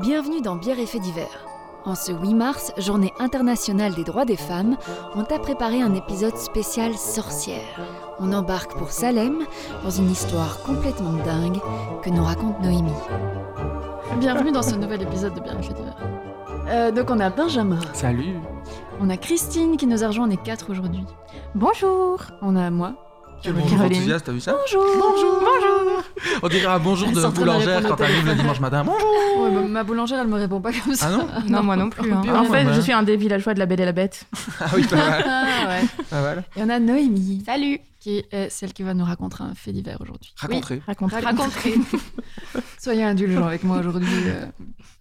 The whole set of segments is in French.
Bienvenue dans Bière et Faits divers. En ce 8 mars, journée internationale des droits des femmes, on t'a préparé un épisode spécial sorcière. On embarque pour Salem dans une histoire complètement dingue que nous raconte Noémie. Bienvenue dans ce nouvel épisode de Bien et Faits divers. Euh, donc on a Benjamin, Salut on a Christine qui nous a rejoint, on est quatre aujourd'hui. Bonjour On a moi. Quel Caroline. bonjour Oh. enthousiaste, t'as vu ça Bonjour Bonjour Bonjour On dirait un bonjour Elles sont de en train de boulangère répondre au quand t'arrives le téléphone. dimanche matin. Bonjour Ouais, bah, Ma boulangère elle me répond pas comme ça. Ah non Non, moi non plus. hein. Purée. en fait, Ouais. je suis un des villageois de la Belle et la Bête. Ah oui, pas mal, Ah ouais. pas mal. Et on a Noémie Salut qui est celle qui va nous raconter un fait divers aujourd'hui. Raconterai. Raconte. Ah, Raconterai. Soyez indulgents avec moi aujourd'hui. euh.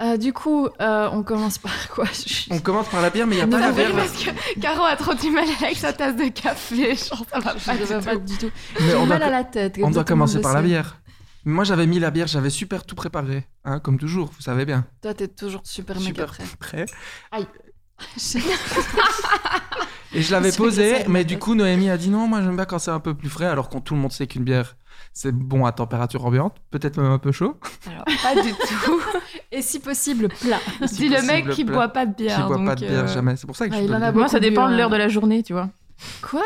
Euh, du coup, euh, on commence par quoi Je suis- On commence par la bière, mais il n'y a Nous pas la avons- bière. parce que Caro a trop du mal avec sa tasse de café. Genre, ça va Ah, Je ne pas du tout. Mais J'ai on mal à doit, la tête. on comme doit tout le monde commencer le par la sait. bière. Moi j'avais mis la bière, j'avais super tout préparé, hein, comme toujours, vous savez bien. Toi, t'es toujours super méga Super prêt. Prêt. Je- Et je l'avais C'est vrai que ça, posée, elle mais l'a du fait. coup Noémie a dit non, moi j'aime bien quand c'est un peu plus frais, alors qu'on tout le monde sait qu'une bière c'est bon à température ambiante, peut-être même un peu chaud. Alors, pas du tout. Et si possible, plat. Dis le mec qui boit pas de Qui bière. boit donc, pas de bière euh, jamais, c'est pour ça que ouais, je il peux en le a dire. Moi, ça Beaucoup dépend bu, de l'heure hein. de la journée, tu vois. Quoi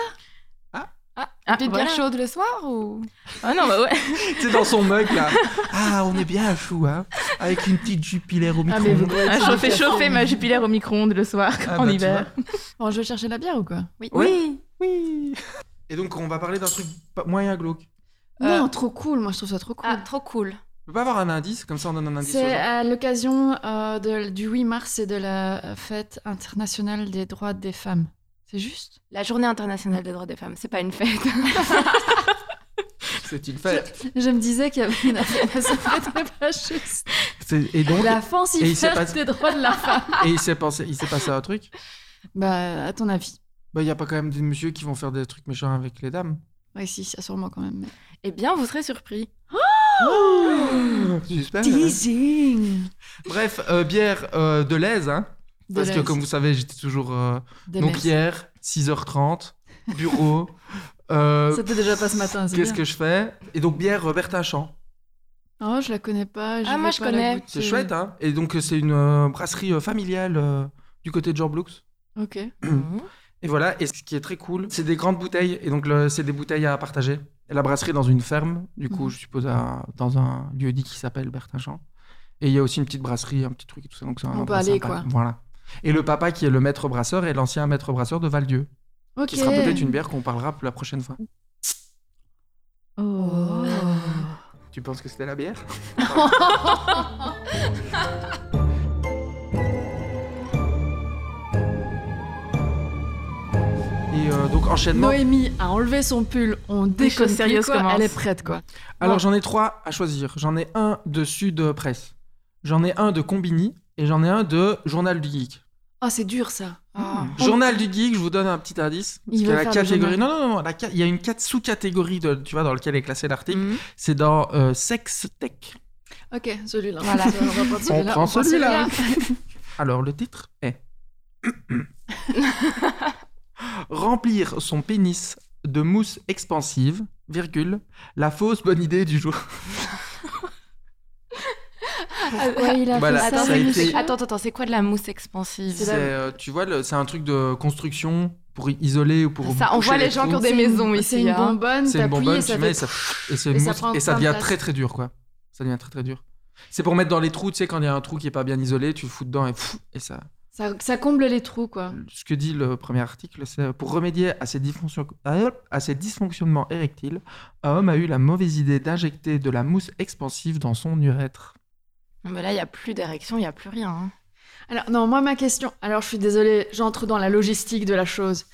Ah, Petite voilà. bière chaude le soir ou Ah non, bah ouais. C'est dans son mug là. Ah, on est bien à chou, hein. Avec une petite jupilaire au Ah, mais vous micro-ondes. boivez Ah, du je fais café. chauffer ma jupilaire au micro-ondes le soir Ah, en bah, tu hiver. Bon, je vais chercher la bière ou quoi Oui, oui. Et donc, on va parler d'un truc pas- moyen glauque. Euh, Non, trop cool. Moi, je trouve ça trop cool. Ah, trop cool. On peut pas avoir un indice, comme ça on donne un indice. aux C'est gens. à l'occasion euh, de- du 8 mars et de la euh, fête internationale des droits des femmes. C'est juste La journée internationale des droits des femmes, c'est pas une fête. C'est une fête. Je me disais qu'il y avait une information qui n'était pas juste. C'est- Et donc, La France Et il s'est hiver passé- des droits de la femme. et il s'est passé, il s'est passé un truc. Bah, à ton avis. Bah, il y a pas quand même des messieurs qui vont faire des trucs méchants avec les dames. Oui, si, ça sûrement quand même. eh bien, vous serez surpris. J'espère. Oh Teasing Bref, euh, bière euh, de l'aise, hein. Parce que comme vous savez, j'étais toujours euh, donc hier, 6h30, bureau. euh, C'était déjà pas ce matin, c'est Qu'est-ce bien. que je fais Et donc bière Bertin Champ. Oh, je la connais pas. j'y Ah, moi, vais je pas la connais. goûter. C'est chouette, hein Et donc euh, c'est une euh, brasserie euh, familiale euh, du côté de Jean Bloux. Ok. Et voilà, et ce qui est très cool, c'est des grandes bouteilles, et donc le- c'est des bouteilles à partager. Et la brasserie est dans une ferme, du coup, Mhm. je suppose, à- dans un lieu dit qui s'appelle Bertinchamp. Et il y a aussi une petite brasserie, un petit truc et tout ça, donc c'est un On peut endroit aller, sympa. quoi. Voilà. Et le papa qui est le maître brasseur est l'ancien maître brasseur de Val-Dieu, Ok. qui sera peut-être une bière qu'on parlera la prochaine fois. Oh. Tu penses que c'était la bière Et euh, donc enchaînement. Noémie a enlevé son pull, on déconne choses plus, sérieuses quoi, commencent. Elle est prête quoi. Alors Ouais. j'en ai trois à choisir. J'en ai un de Sud Presse, j'en ai un de Combini et j'en ai un de Journal du Geek. Ah c'est dur ça. Ah. Journal du Geek, je vous donne un petit indice. Oh. Il Il y veut a la faire le catégorie. Non, non, non. la ca- Il y a une quatre- sous-catégorie de, tu vois, dans laquelle est classé Mm. l'article. Mhm. C'est dans euh, Sex Tech. Ok, celui-là. Voilà. On va prendre On celui-là, prend Oh on prend celui-là. Alors le titre est Remplir son pénis de mousse expansive, virgule, la fausse bonne idée du jour. Pourquoi il a Voilà, fait ça ça, a le été- monsieur attends, attends, c'est quoi de la mousse expansive C'est C'est, la- euh, tu vois, le- c'est un truc de construction pour isoler ou pour. Ça, on boucher voit les gens trous. qui ont des C'est une- maisons C'est ici. une hein. bonbonne, C'est une t'appuies bonbonne, et tu ça mets et fait... ça, et c'est et mousse- ça prend et ça plein de devient place. très très dur quoi. Ça devient très très dur. C'est pour mettre dans les trous, tu sais, quand il y a un trou qui est pas bien isolé, tu le fous dedans et pfff, et ça. ça, ça comble les trous quoi. Ce que dit le premier article, c'est euh, pour remédier à ces, dysfonction- à ces dysfonctionnements érectiles, un homme a eu la mauvaise idée d'injecter de la mousse expansive dans son urètre. Mais là, il n'y a plus d'érection, il n'y a plus rien. hein. Alors non, moi ma question. Alors je suis désolée, j'entre dans la logistique de la chose.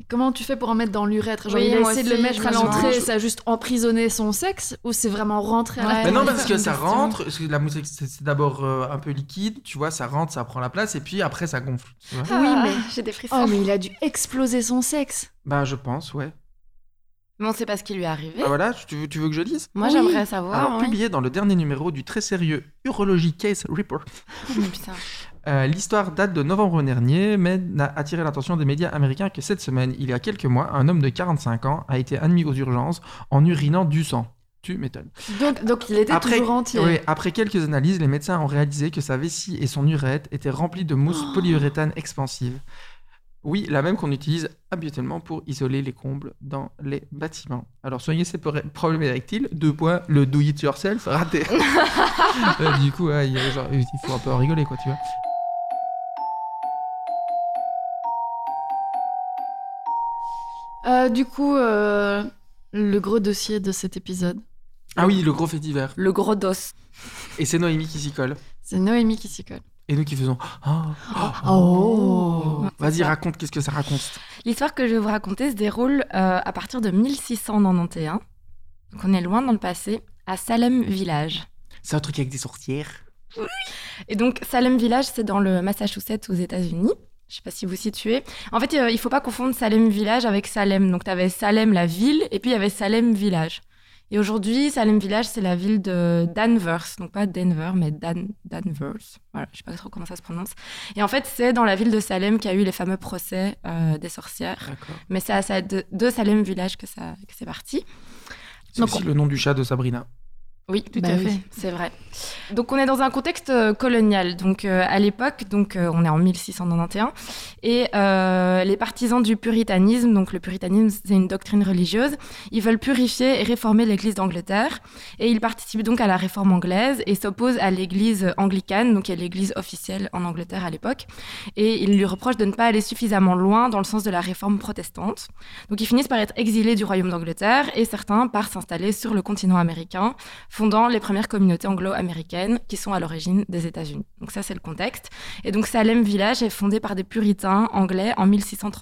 Mais Comment tu fais pour en mettre dans l'urètre Genre Oui, il a moi essayé de le aussi, mettre je à me l'entrée, demande. et ça a juste emprisonné son sexe ou c'est vraiment rentré à Ouais. l'intérieur Mais non, de parce son que ça veston rentre, parce que la mousse, c'est c'est d'abord euh, un peu liquide, tu vois, ça rentre, ça prend la place, et puis après ça gonfle. tu vois. Oui, Ah, mais- J'ai des Oh frissons. mais il a dû exploser son sexe. Ben, je pense, ouais. Bon, c'est pas ce qui lui est arrivé. Ah, voilà, tu veux, tu veux que je dise Moi, Oui. j'aimerais savoir. Alors, ouais. publié dans le dernier numéro du très sérieux Urology Case Report, Oh, putain. euh, l'histoire date de novembre dernier, mais n'a attiré l'attention des médias américains que cette semaine, il y a quelques mois, un homme de 45 ans a été admis aux urgences en urinant du sang. Tu m'étonnes. Donc, donc il était Après- toujours entier. Oui, après quelques analyses, les médecins ont réalisé que sa vessie et son urètre étaient remplis de mousse polyuréthane expansive. Oui, la même qu'on utilise habituellement pour isoler les combles dans les bâtiments. Alors soignez ces por- problèmes érectiles, deux points, le do it yourself raté. Euh, du coup, ouais, il y a genre- il faut un peu en rigoler, quoi, tu vois. Euh, du coup, euh, le gros dossier de cet épisode, Ah oui, le gros fait divers. Le gros dos. Et c'est Noémie qui s'y colle. c'est Noémie qui s'y colle. Et nous qui faisons. Ah, ah, Oh. Vas-y, raconte, qu'est-ce que ça raconte L'histoire que je vais vous raconter se déroule euh, à partir de 1691. Donc on est loin dans le passé, à Salem Village. C'est un truc avec des sorcières. Et donc Salem Village, c'est dans le Massachusetts aux États-Unis. Je sais pas si vous situez. En fait, euh, il faut pas confondre Salem Village avec Salem. Donc tu avais Salem la ville et puis il y avait Salem Village. Et aujourd'hui, Salem Village, c'est la ville de Danvers. Donc pas Denver, mais Dan Danvers. Voilà, je sais pas trop comment ça se prononce. Et en fait, c'est dans la ville de Salem qu'a eu les fameux procès euh, des sorcières. D'accord. Mais c'est à Sa- de, de Salem Village que, ça- que c'est parti. C'est Donc, aussi le nom du chat de Sabrina. Oui, tout Bah à oui. fait, c'est vrai. Donc on est dans un contexte euh, colonial. Donc euh, à l'époque, donc euh, on est en 1691, et euh, les partisans du puritanisme, donc le puritanisme c'est une doctrine religieuse, ils veulent purifier et réformer l'Église d'Angleterre, et ils participent donc à la réforme anglaise et s'opposent à l'Église anglicane, donc qui est l'Église officielle en Angleterre à l'époque, et ils lui reprochent de ne pas aller suffisamment loin dans le sens de la réforme protestante. Donc ils finissent par être exilés du Royaume d'Angleterre et certains par s'installer sur le continent américain fondant les premières communautés anglo-américaines qui sont à l'origine des États-Unis. Donc ça, c'est le contexte. Et donc Salem Village est fondé par des puritains anglais en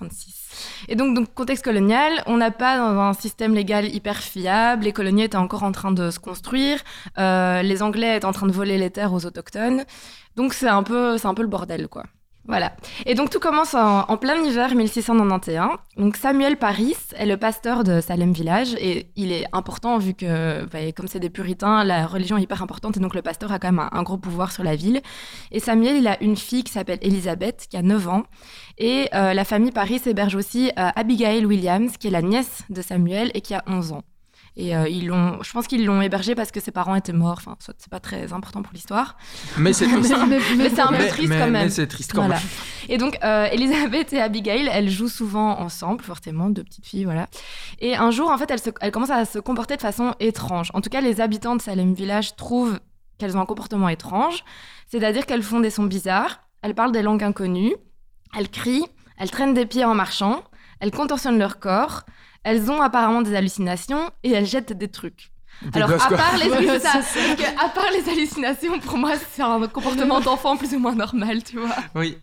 1636. Et donc, donc contexte colonial, on n'a pas dans un système légal hyper fiable, les colonies étaient encore en train de se construire, euh, les Anglais étaient en train de voler les terres aux autochtones. Donc c'est un peu, c'est un peu le bordel, quoi. Voilà. Et donc tout commence en, en plein hiver 1691. Donc Samuel Paris est le pasteur de Salem Village et il est important vu que, bah, comme c'est des puritains, la religion est hyper importante et donc le pasteur a quand même un, un gros pouvoir sur la ville. Et Samuel, il a une fille qui s'appelle Elisabeth, qui a 9 ans. Et euh, la famille Paris héberge aussi euh, Abigail Williams, qui est la nièce de Samuel et qui a 11 ans. Et euh, ils l'ont, je pense qu'ils l'ont hébergée parce que ses parents étaient morts. Enfin, soit c'est pas très important pour l'histoire. Mais c'est triste. Mais c'est un peu triste mais- quand même. mais c'est triste quand Voilà. même. Et donc, euh, Elisabeth et Abigail, elles jouent souvent ensemble, forcément, deux petites filles, voilà. Et un jour, en fait, elles, se- elles commencent à se comporter de façon étrange. En tout cas, les habitants de Salem Village trouvent qu'elles ont un comportement étrange, c'est-à-dire qu'elles font des sons bizarres, elles parlent des langues inconnues, elles crient, elles traînent des pieds en marchant, elles contorsionnent leur corps, elles ont apparemment des hallucinations et elles jettent des trucs. Des Alors, gosses, à quoi. part, les... Ouais, c'est ça. c'est Parce que, à part les hallucinations, pour moi, c'est un comportement d'enfant plus ou moins normal, tu vois. Oui.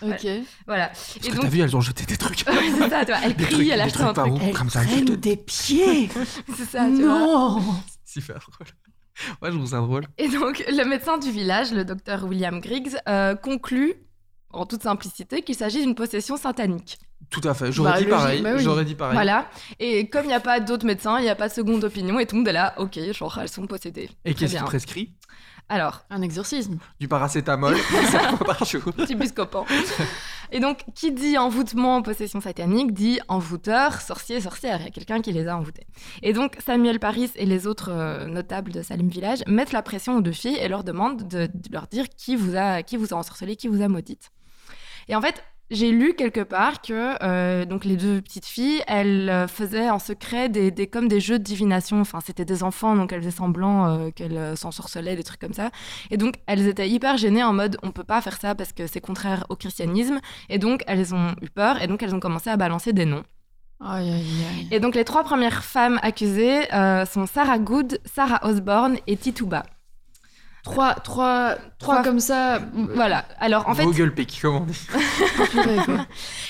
Ok. Voilà. Parce Et que donc- t'as vu, elles ont jeté des trucs. Ouais, c'est ça, tu vois. Elle Des crie, trucs, elle des achète trucs un par truc. où Comme ça, je te- des pieds C'est Ah, ça, tu vois. Non Super drôle. Ouais, je trouve ça drôle. Et donc, le médecin du village, le docteur William Griggs, euh, conclut, en toute simplicité, qu'il s'agit d'une possession satanique. Tout à fait. J'aurais Bah, dit logique, pareil. bah oui. J'aurais dit pareil. Voilà. Et comme il n'y a pas d'autres médecins, il n'y a pas de seconde opinion, et tout le monde est là, ok, genre, elles sont possédées. Et qu'est-ce bien. qu'il prescrit Alors, Un exorcisme. Du paracétamol, 7 fois par jour. petit buscopan. Et donc, qui dit envoûtement, possession satanique, dit envoûteur, sorcier, sorcière. Il y a quelqu'un qui les a envoûtés. Et donc, Samuel Paris et les autres euh, notables de Salem Village mettent la pression aux deux filles et leur demandent de, de leur dire qui vous a, qui vous a ensorcelé, qui vous a maudite. Et en fait, j'ai lu quelque part que euh, donc les deux petites filles, elles euh, faisaient en secret des, des- comme des jeux de divination. Enfin, c'était des enfants, donc elles faisaient semblant euh, qu'elles euh, s'ensorcelaient, des trucs comme ça. Et donc, elles étaient hyper gênées en mode on peut pas faire ça parce que c'est contraire au christianisme. Et donc, elles ont eu peur et donc elles ont commencé à balancer des noms. Aïe, aïe, aïe. Et donc, les trois premières femmes accusées euh, sont Sarah Good, Sarah Osborne et Tituba. Trois, trois, trois Trois- comme ça. Voilà. Alors, en fait, Google Pic, comme on dit. purée, quoi.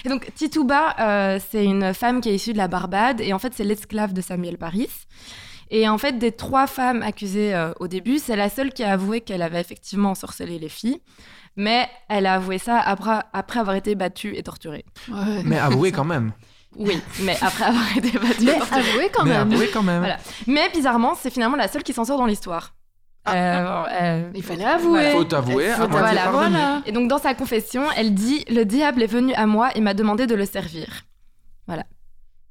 Et donc Tituba, euh, c'est une femme qui est issue de la Barbade et en fait c'est l'esclave de Samuel Paris. Et en fait, des trois femmes accusées euh, au début, c'est la seule qui a avoué qu'elle avait effectivement ensorcelé les filles, mais elle a avoué ça après, après avoir été battue et torturée. Ouais. Mais avouez quand même. Oui, mais après avoir été battue. et Mais torturée. avouez quand Mais même. avouez quand même. Voilà. Mais bizarrement, c'est finalement la seule qui s'en sort dans l'histoire. Euh, euh, Il fallait avouer. Faut avouer, Faut à moitié voilà, pardonner. voilà. Et donc dans sa confession, elle dit Le diable est venu à moi et m'a demandé de le servir. Ça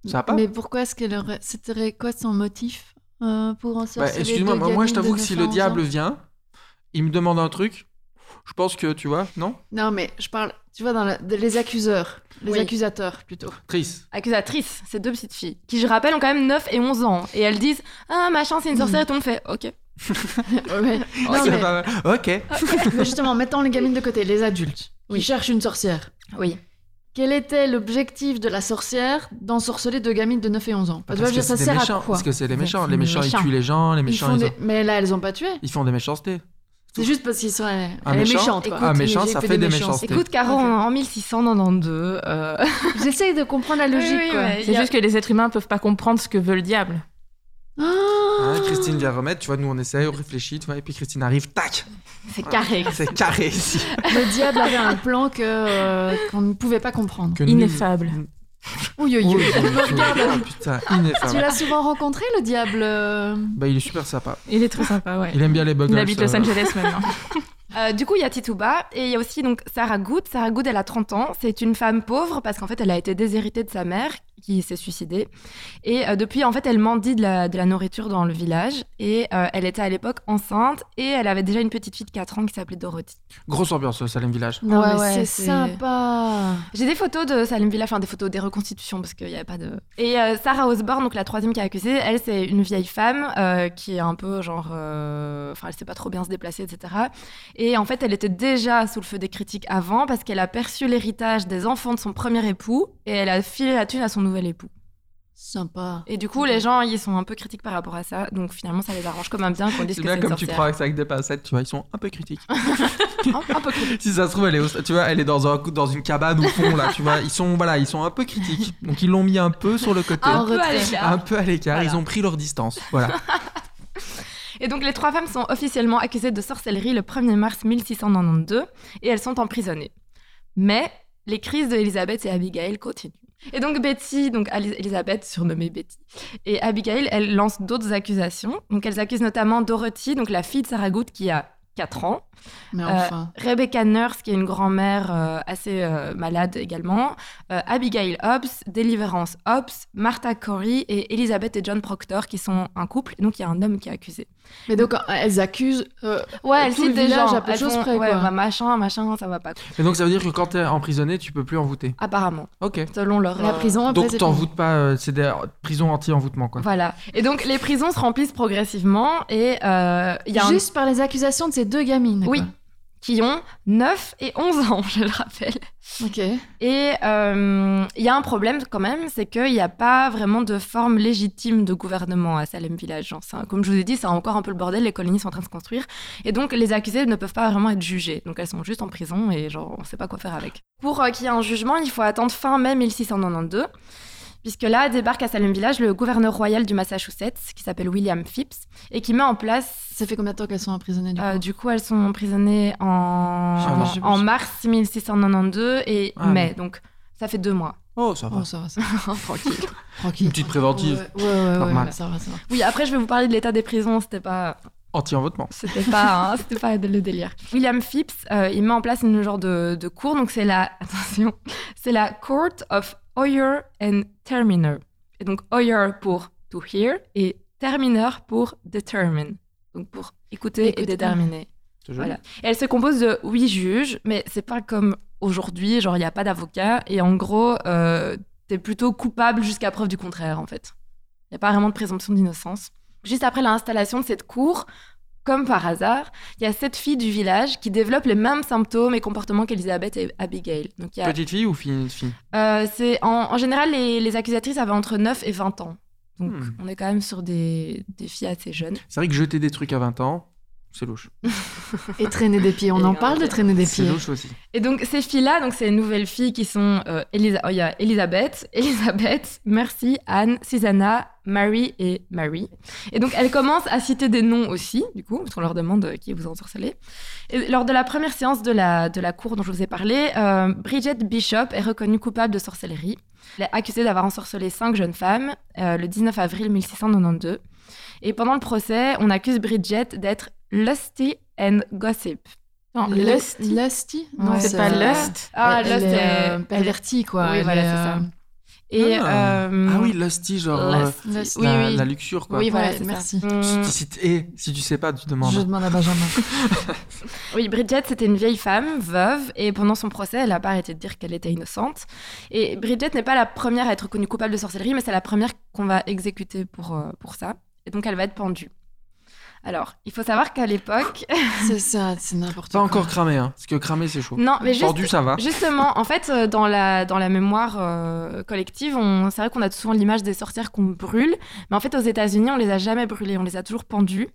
va pas Mais pourquoi est-ce qu'elle aurait. C'était quoi son motif euh, pour en Bah, sortir. Excuse-moi, moi, moi, je t'avoue que si le hein. diable vient, il me demande un truc, je pense que, tu vois, non Non, mais je parle, tu vois, dans la- de- les accuseurs, les Oui. accusateurs plutôt. Chris, Accusatrices, ces deux petites filles, qui je rappelle ont quand même 9 et 11 ans. Et elles disent Ah, machin, c'est une sorcière, et tout le monde fait Ok. Ouais. Non, c'est mais- pas mal. Ah, Ok. mais justement, mettons les gamines de côté, les adultes. Oui. Ils cherchent une sorcière. Oui. Quel était l'objectif de la sorcière d'ensorceler deux gamines de 9 et 11 ans Parce que Parce je que veux dire, ça c'est des sert méchants, à quoi Parce que c'est les C'est- méchants. c'est Les des méchants, ils méchants. tuent les gens, les Ils méchants, font ils, des- ont- Mais là, elles ont pas tué. ils font des méchancetés. C'est juste parce qu'ils sont. Elle Un est méchant Ah, méchante, quoi. Un Écoute, méchant, j'ai ça fait des des méchances. méchancetés. Écoute, Caro, Ok. en en 1692, euh, J'essaye de comprendre la logique, Oui, oui, quoi. ouais. C'est Il y a- juste que les êtres humains peuvent pas comprendre ce que veut le diable. Ah Hein, Christine vient remettre, tu vois, nous on essaye, on réfléchit, tu vois, et puis Christine arrive, tac c'est carré. C'est carré ici Le diable avait un plan que, euh, qu'on ne pouvait pas comprendre. Que nul- Ineffable. Ouh, yo, Oh, yo. Dieu, Ah, putain, Tu ineffable. l'as souvent rencontré, le diable euh Bah, il est super sympa. Il est très sympa, ouais. Il aime bien les buggles. Il habite Los euh, Angeles maintenant. Euh, du coup, il y a Tituba et il y a aussi donc Sarah Good. Sarah Good, elle a 30 ans. C'est une femme pauvre parce qu'en fait, elle a été déshéritée de sa mère qui s'est suicidée. Et euh, depuis, en fait, elle mendie de la, de la nourriture dans le village. Et euh, elle était à l'époque enceinte et elle avait déjà une petite fille de 4 ans qui s'appelait Dorothy. Grosse ambiance, euh, Salem Village. Non, Ouais, mais ouais, c'est c'est- sympa. J'ai des photos de Salem Village, enfin des photos des reconstitutions parce qu'il n'y avait pas de. Et euh, Sarah Osborne, donc la troisième qui est accusée, elle c'est une vieille femme euh, qui est un peu genre, euh, enfin elle sait pas trop bien se déplacer, etc. Et en fait, elle était déjà sous le feu des critiques avant parce qu'elle a perçu l'héritage des enfants de son premier époux et elle a filé la thune à son nouvel époux. Sympa. Et du coup, les gens ils sont un peu critiques par rapport à ça, donc finalement ça les arrange comme un bien qu'on dise C'est que bien une comme tu sorcière. crois que c'est avec des pincettes, tu vois, ils sont un peu critiques. Un, un peu critique. si ça se trouve, elle est, au- tu vois, elle est dans, un- dans une cabane au fond, là, tu vois, ils sont, voilà, ils sont un peu critiques. Donc, ils l'ont mis un peu sur le côté. Un En peu à retrait. l'écart. un peu à l'écart, Ah, Voilà. ils ont pris leur distance. Voilà. Et donc les trois femmes sont officiellement accusées de sorcellerie le 1er mars 1692 et elles sont emprisonnées. Mais les crises d'Elisabeth et Abigail continuent. Et donc Betty, donc Ali- Elisabeth surnommée Betty, et Abigail, elles lancent d'autres accusations. Donc elles accusent notamment Dorothy, donc la fille de Sarah Good qui a 4 ans, Mais Euh, enfin. Rebecca Nurse, qui est une grand-mère euh, assez euh, malade également, euh, Abigail Hobbs, Deliverance Hobbs, Martha Corey et Elizabeth et John Proctor, qui sont un couple. Et donc, il y a un homme qui est accusé. Mais donc, euh, elles accusent. euh, Ouais, elle tout le cite des village gens. à peu de Elles choses font, près, ouais, quoi. bah, machin, machin, ça va pas. Et donc, ça veut dire que quand t'es emprisonné, tu peux plus envoûter. Apparemment, Ok. selon leur... la euh, prison après. Donc, c'est t'envoûtes pas, euh, c'est des euh, prisons anti-envoûtement, quoi. Voilà. Et donc, les prisons se remplissent progressivement et euh, il fini. y a un... Juste par les accusations de ces deux gamines. Oui. qui ont 9 et 11 ans, je le rappelle. quoi. Ok. Et euh, il y a un problème quand même, c'est qu'il n'y a pas vraiment de forme légitime de gouvernement à Salem Village. Genre, c'est un- comme je vous ai dit, c'est encore un peu le bordel, les colonies sont en train de se construire. Et donc les accusés ne peuvent pas vraiment être jugés. Donc elles sont juste en prison et genre on ne sait pas quoi faire avec. Pour euh, qu'il y ait un jugement, il faut attendre fin mai 1692. Puisque là débarque à Salem Village le gouverneur royal du Massachusetts, qui s'appelle William Phipps, et qui met en place. Ça fait combien de temps qu'elles sont emprisonnées du coup euh, du coup, elles sont emprisonnées en, Je sais pas. en mars 1692 et Ah, mai, donc ça fait deux mois. Oh, ça va. Oh, ça va, ça va. Tranquille. Une Tranquille. petite préventive Ouais, ouais, ouais, Normal. ouais, ça va, ça va. Oui, après, je vais vous parler de l'état des prisons. C'était pas, anti-envoûtement. c'était pas, hein, c'était pas le délire. William Phipps, euh, il met en place une genre de, de cour. Donc, c'est la, attention, c'est la Court of Oyer and Terminer. Et donc, Oyer pour to hear et Terminer pour determine. Donc, pour écouter Écoute- et déterminer. C'est joli. Voilà. Et elle se compose de huit juges, mais c'est pas comme aujourd'hui, genre il n'y a pas d'avocat. Et en gros, euh, t'es plutôt coupable jusqu'à preuve du contraire, en fait. Il n'y a pas vraiment de présomption d'innocence. Juste après l'installation de cette cour, comme par hasard, il y a sept filles du village qui développent les mêmes symptômes et comportements qu'Elisabeth et Abigail. Donc, il y a- Petite fille ou fille, fille euh, c'est en, en général, les, les accusatrices avaient entre 9 et 20 ans. Donc, Hmm. on est quand même sur des, des filles assez jeunes. C'est vrai que jeter des trucs à 20 ans, c'est louche. Et traîner des pieds, on Et en un parle de verre. traîner des C'est pieds. louche aussi. Et donc ces filles-là, donc c'est les nouvelles filles qui sont euh, Elisa, oh, il y a Elisabeth, Elisabeth, Mercy, Anne, Susanna, Mary et Mary. Et donc elles commencent à citer des noms aussi, du coup, parce qu'on leur demande euh, qui vous a ensorcelé. Et lors de la première séance de la, de la cour dont je vous ai parlé, euh, Bridget Bishop est reconnue coupable de sorcellerie. Elle est accusée d'avoir ensorcelé cinq jeunes femmes euh, le 19 avril 1692. Et pendant le procès, on accuse Bridget d'être lusty and gossip. Non, Lust- Lusty. Lusty Ouais, C'est pas euh, Lust. Ah, elle, là, elle est, euh, c'est... pervertie, quoi. Oui, Elle voilà, est, c'est ça. euh, Et, ah. euh, Ah oui, l'hostie, genre euh, la- Le- oui, la, oui. la luxure, quoi. Oui, voilà, Ouais, c'est ça. merci. Mm. Si, tu- eh, si tu sais pas, tu demandes. Je demande à Benjamin. Oui, Bridget, c'était une vieille femme, veuve, et pendant son procès, elle n'a pas arrêté de dire qu'elle était innocente. Et Bridget n'est pas la première à être connue coupable de sorcellerie, mais c'est la première qu'on va exécuter pour, euh, pour ça. Et donc, elle va être pendue. Alors, il faut savoir qu'à l'époque... c'est ça, c'est n'importe Pas quoi. encore cramé, hein, parce que cramé, c'est chaud. non, mais juste... Pendu, ça va. Justement, en fait, euh, dans la, dans la mémoire euh, collective, on- c'est vrai qu'on a souvent l'image des sorcières qu'on brûle, mais en fait, aux États-Unis, on les a jamais brûlées, on les a toujours pendues.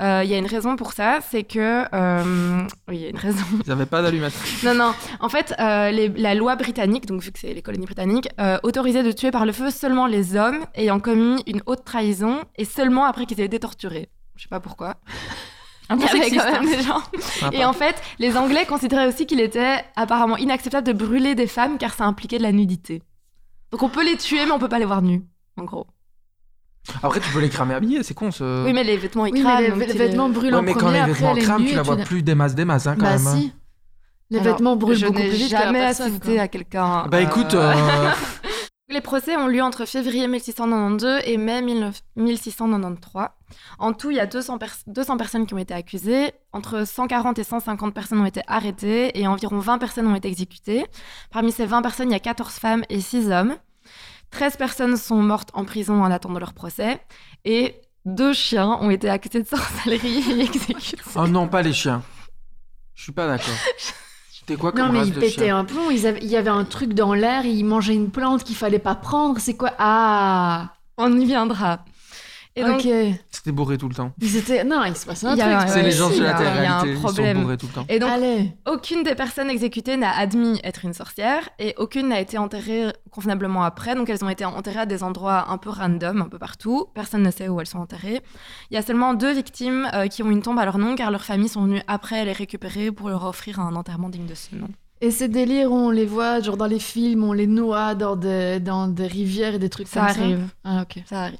Euh, Il y a une raison pour ça, c'est que. euh, oui, il y a une raison. Ils avaient pas d'allumette. Non, non. En fait, euh, les- la loi britannique, donc vu que c'est les colonies britanniques, euh, autorisait de tuer par le feu seulement les hommes ayant commis une haute trahison et seulement après qu'ils aient été torturés. Je sais pas pourquoi. Un Il peu y avait sexiste, quand même hein. des gens. Sympa. Et en fait, les Anglais considéraient aussi qu'il était apparemment inacceptable de brûler des femmes car ça impliquait de la nudité. Donc on peut les tuer, mais on peut pas les voir nues, en gros. Après, tu peux les cramer habillés, c'est con ce. Oui, mais les vêtements, ils Oui, crament, mais les, donc vê- tu les- vêtements brûlent Ouais, en mais premier, quand les après, vêtements elle est crament, nue tu et la vois n'as- plus des masses, des masses, hein, quand Bah même. hein. si. Les Alors, vêtements brûlent Je beaucoup plus n'ai vite que la jamais personne, assisté quoi. à quelqu'un. Bah euh, écoute, euh, Les procès ont lieu entre février 1692 et mai 19- 1693. En tout, il y a 200, pers- 200 personnes qui ont été accusées, entre 140 et 150 personnes ont été arrêtées et environ 20 personnes ont été exécutées. Parmi ces 20 personnes, il y a 14 femmes et 6 hommes. 13 personnes sont mortes en prison en attendant leur procès et deux chiens ont été accusés de sorcellerie et exécutés. oh non, pas les chiens. Je suis pas d'accord. C'était quoi comme Non, mais race ils de pétaient hein. chien un plomb. Ils avaient- il y avait un truc dans l'air. Ils mangeaient une plante qu'il fallait pas prendre. C'est quoi Ah On y viendra. Et donc, Ok. C'était bourré tout le temps. Ils étaient. Non, il se passait un Il y truc. a- C'est Ah ouais, les gens si, de la il y a- il y a un télé-réalité, ils sont problème. bourrés tout le temps. et donc Allez. Aucune des personnes exécutées n'a admis être une sorcière et aucune n'a été enterrée convenablement après. Donc elles ont été enterrées à des endroits un peu random, un peu partout. Personne ne sait où elles sont enterrées. Il y a seulement deux victimes euh, qui ont une tombe à leur nom car leurs familles sont venues après les récupérer pour leur offrir un enterrement digne de ce nom. Et ces délires, on les voit genre dans les films, on les noie dans des, dans des rivières et des trucs Ça comme arrive, ça. Ah ok. ça arrive.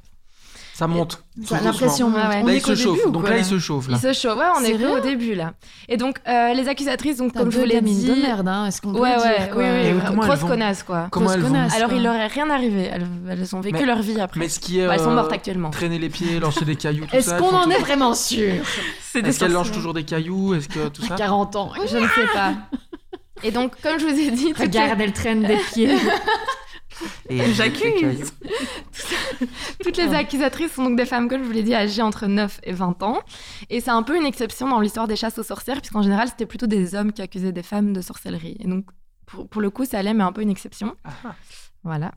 Ça monte. tout Ça, la doucement. pression monte. Ouais, ouais. On Là, est il qu'au se début chauffe. ou Donc quoi, là, il se chauffe. Ils Là. se chauffent, ouais, on est Sérieux au début là. Et donc euh, les accusatrices, donc T'as comme je deux vous l'ai gamines dit, de merde, hein, est-ce qu'on peut ouais, le ouais, dire quoi. oui, Et oui, comment elles grosse vont connasse quoi. Comment grosse elles vont connasse. Alors quoi. il leur est rien arrivé, elles, elles ont vécu Mais- leur vie après. Mais ce qui est. Bah, elles sont euh, mortes actuellement. Traîner les pieds, lancer des cailloux, tout Est-ce ça. qu'on elles font en est toujours- vraiment sûr C'est Est-ce qu'elles lâchent toujours des cailloux Est-ce que tout ça 40 ans. Je ne sais pas. Et donc, comme je vous ai dit, toutes les- Regarde, elle traîne des pieds. Et elles jettent des J'accuse. cailloux. toutes les accusatrices sont donc des femmes, comme je vous l'ai dit, âgées entre 9 et 20 ans. Et c'est un peu une exception dans l'histoire des chasses aux sorcières, puisqu'en général, c'était plutôt des hommes qui accusaient des femmes de sorcellerie. Et donc, pour, pour le coup, Salem est un peu une exception. Ah. Voilà.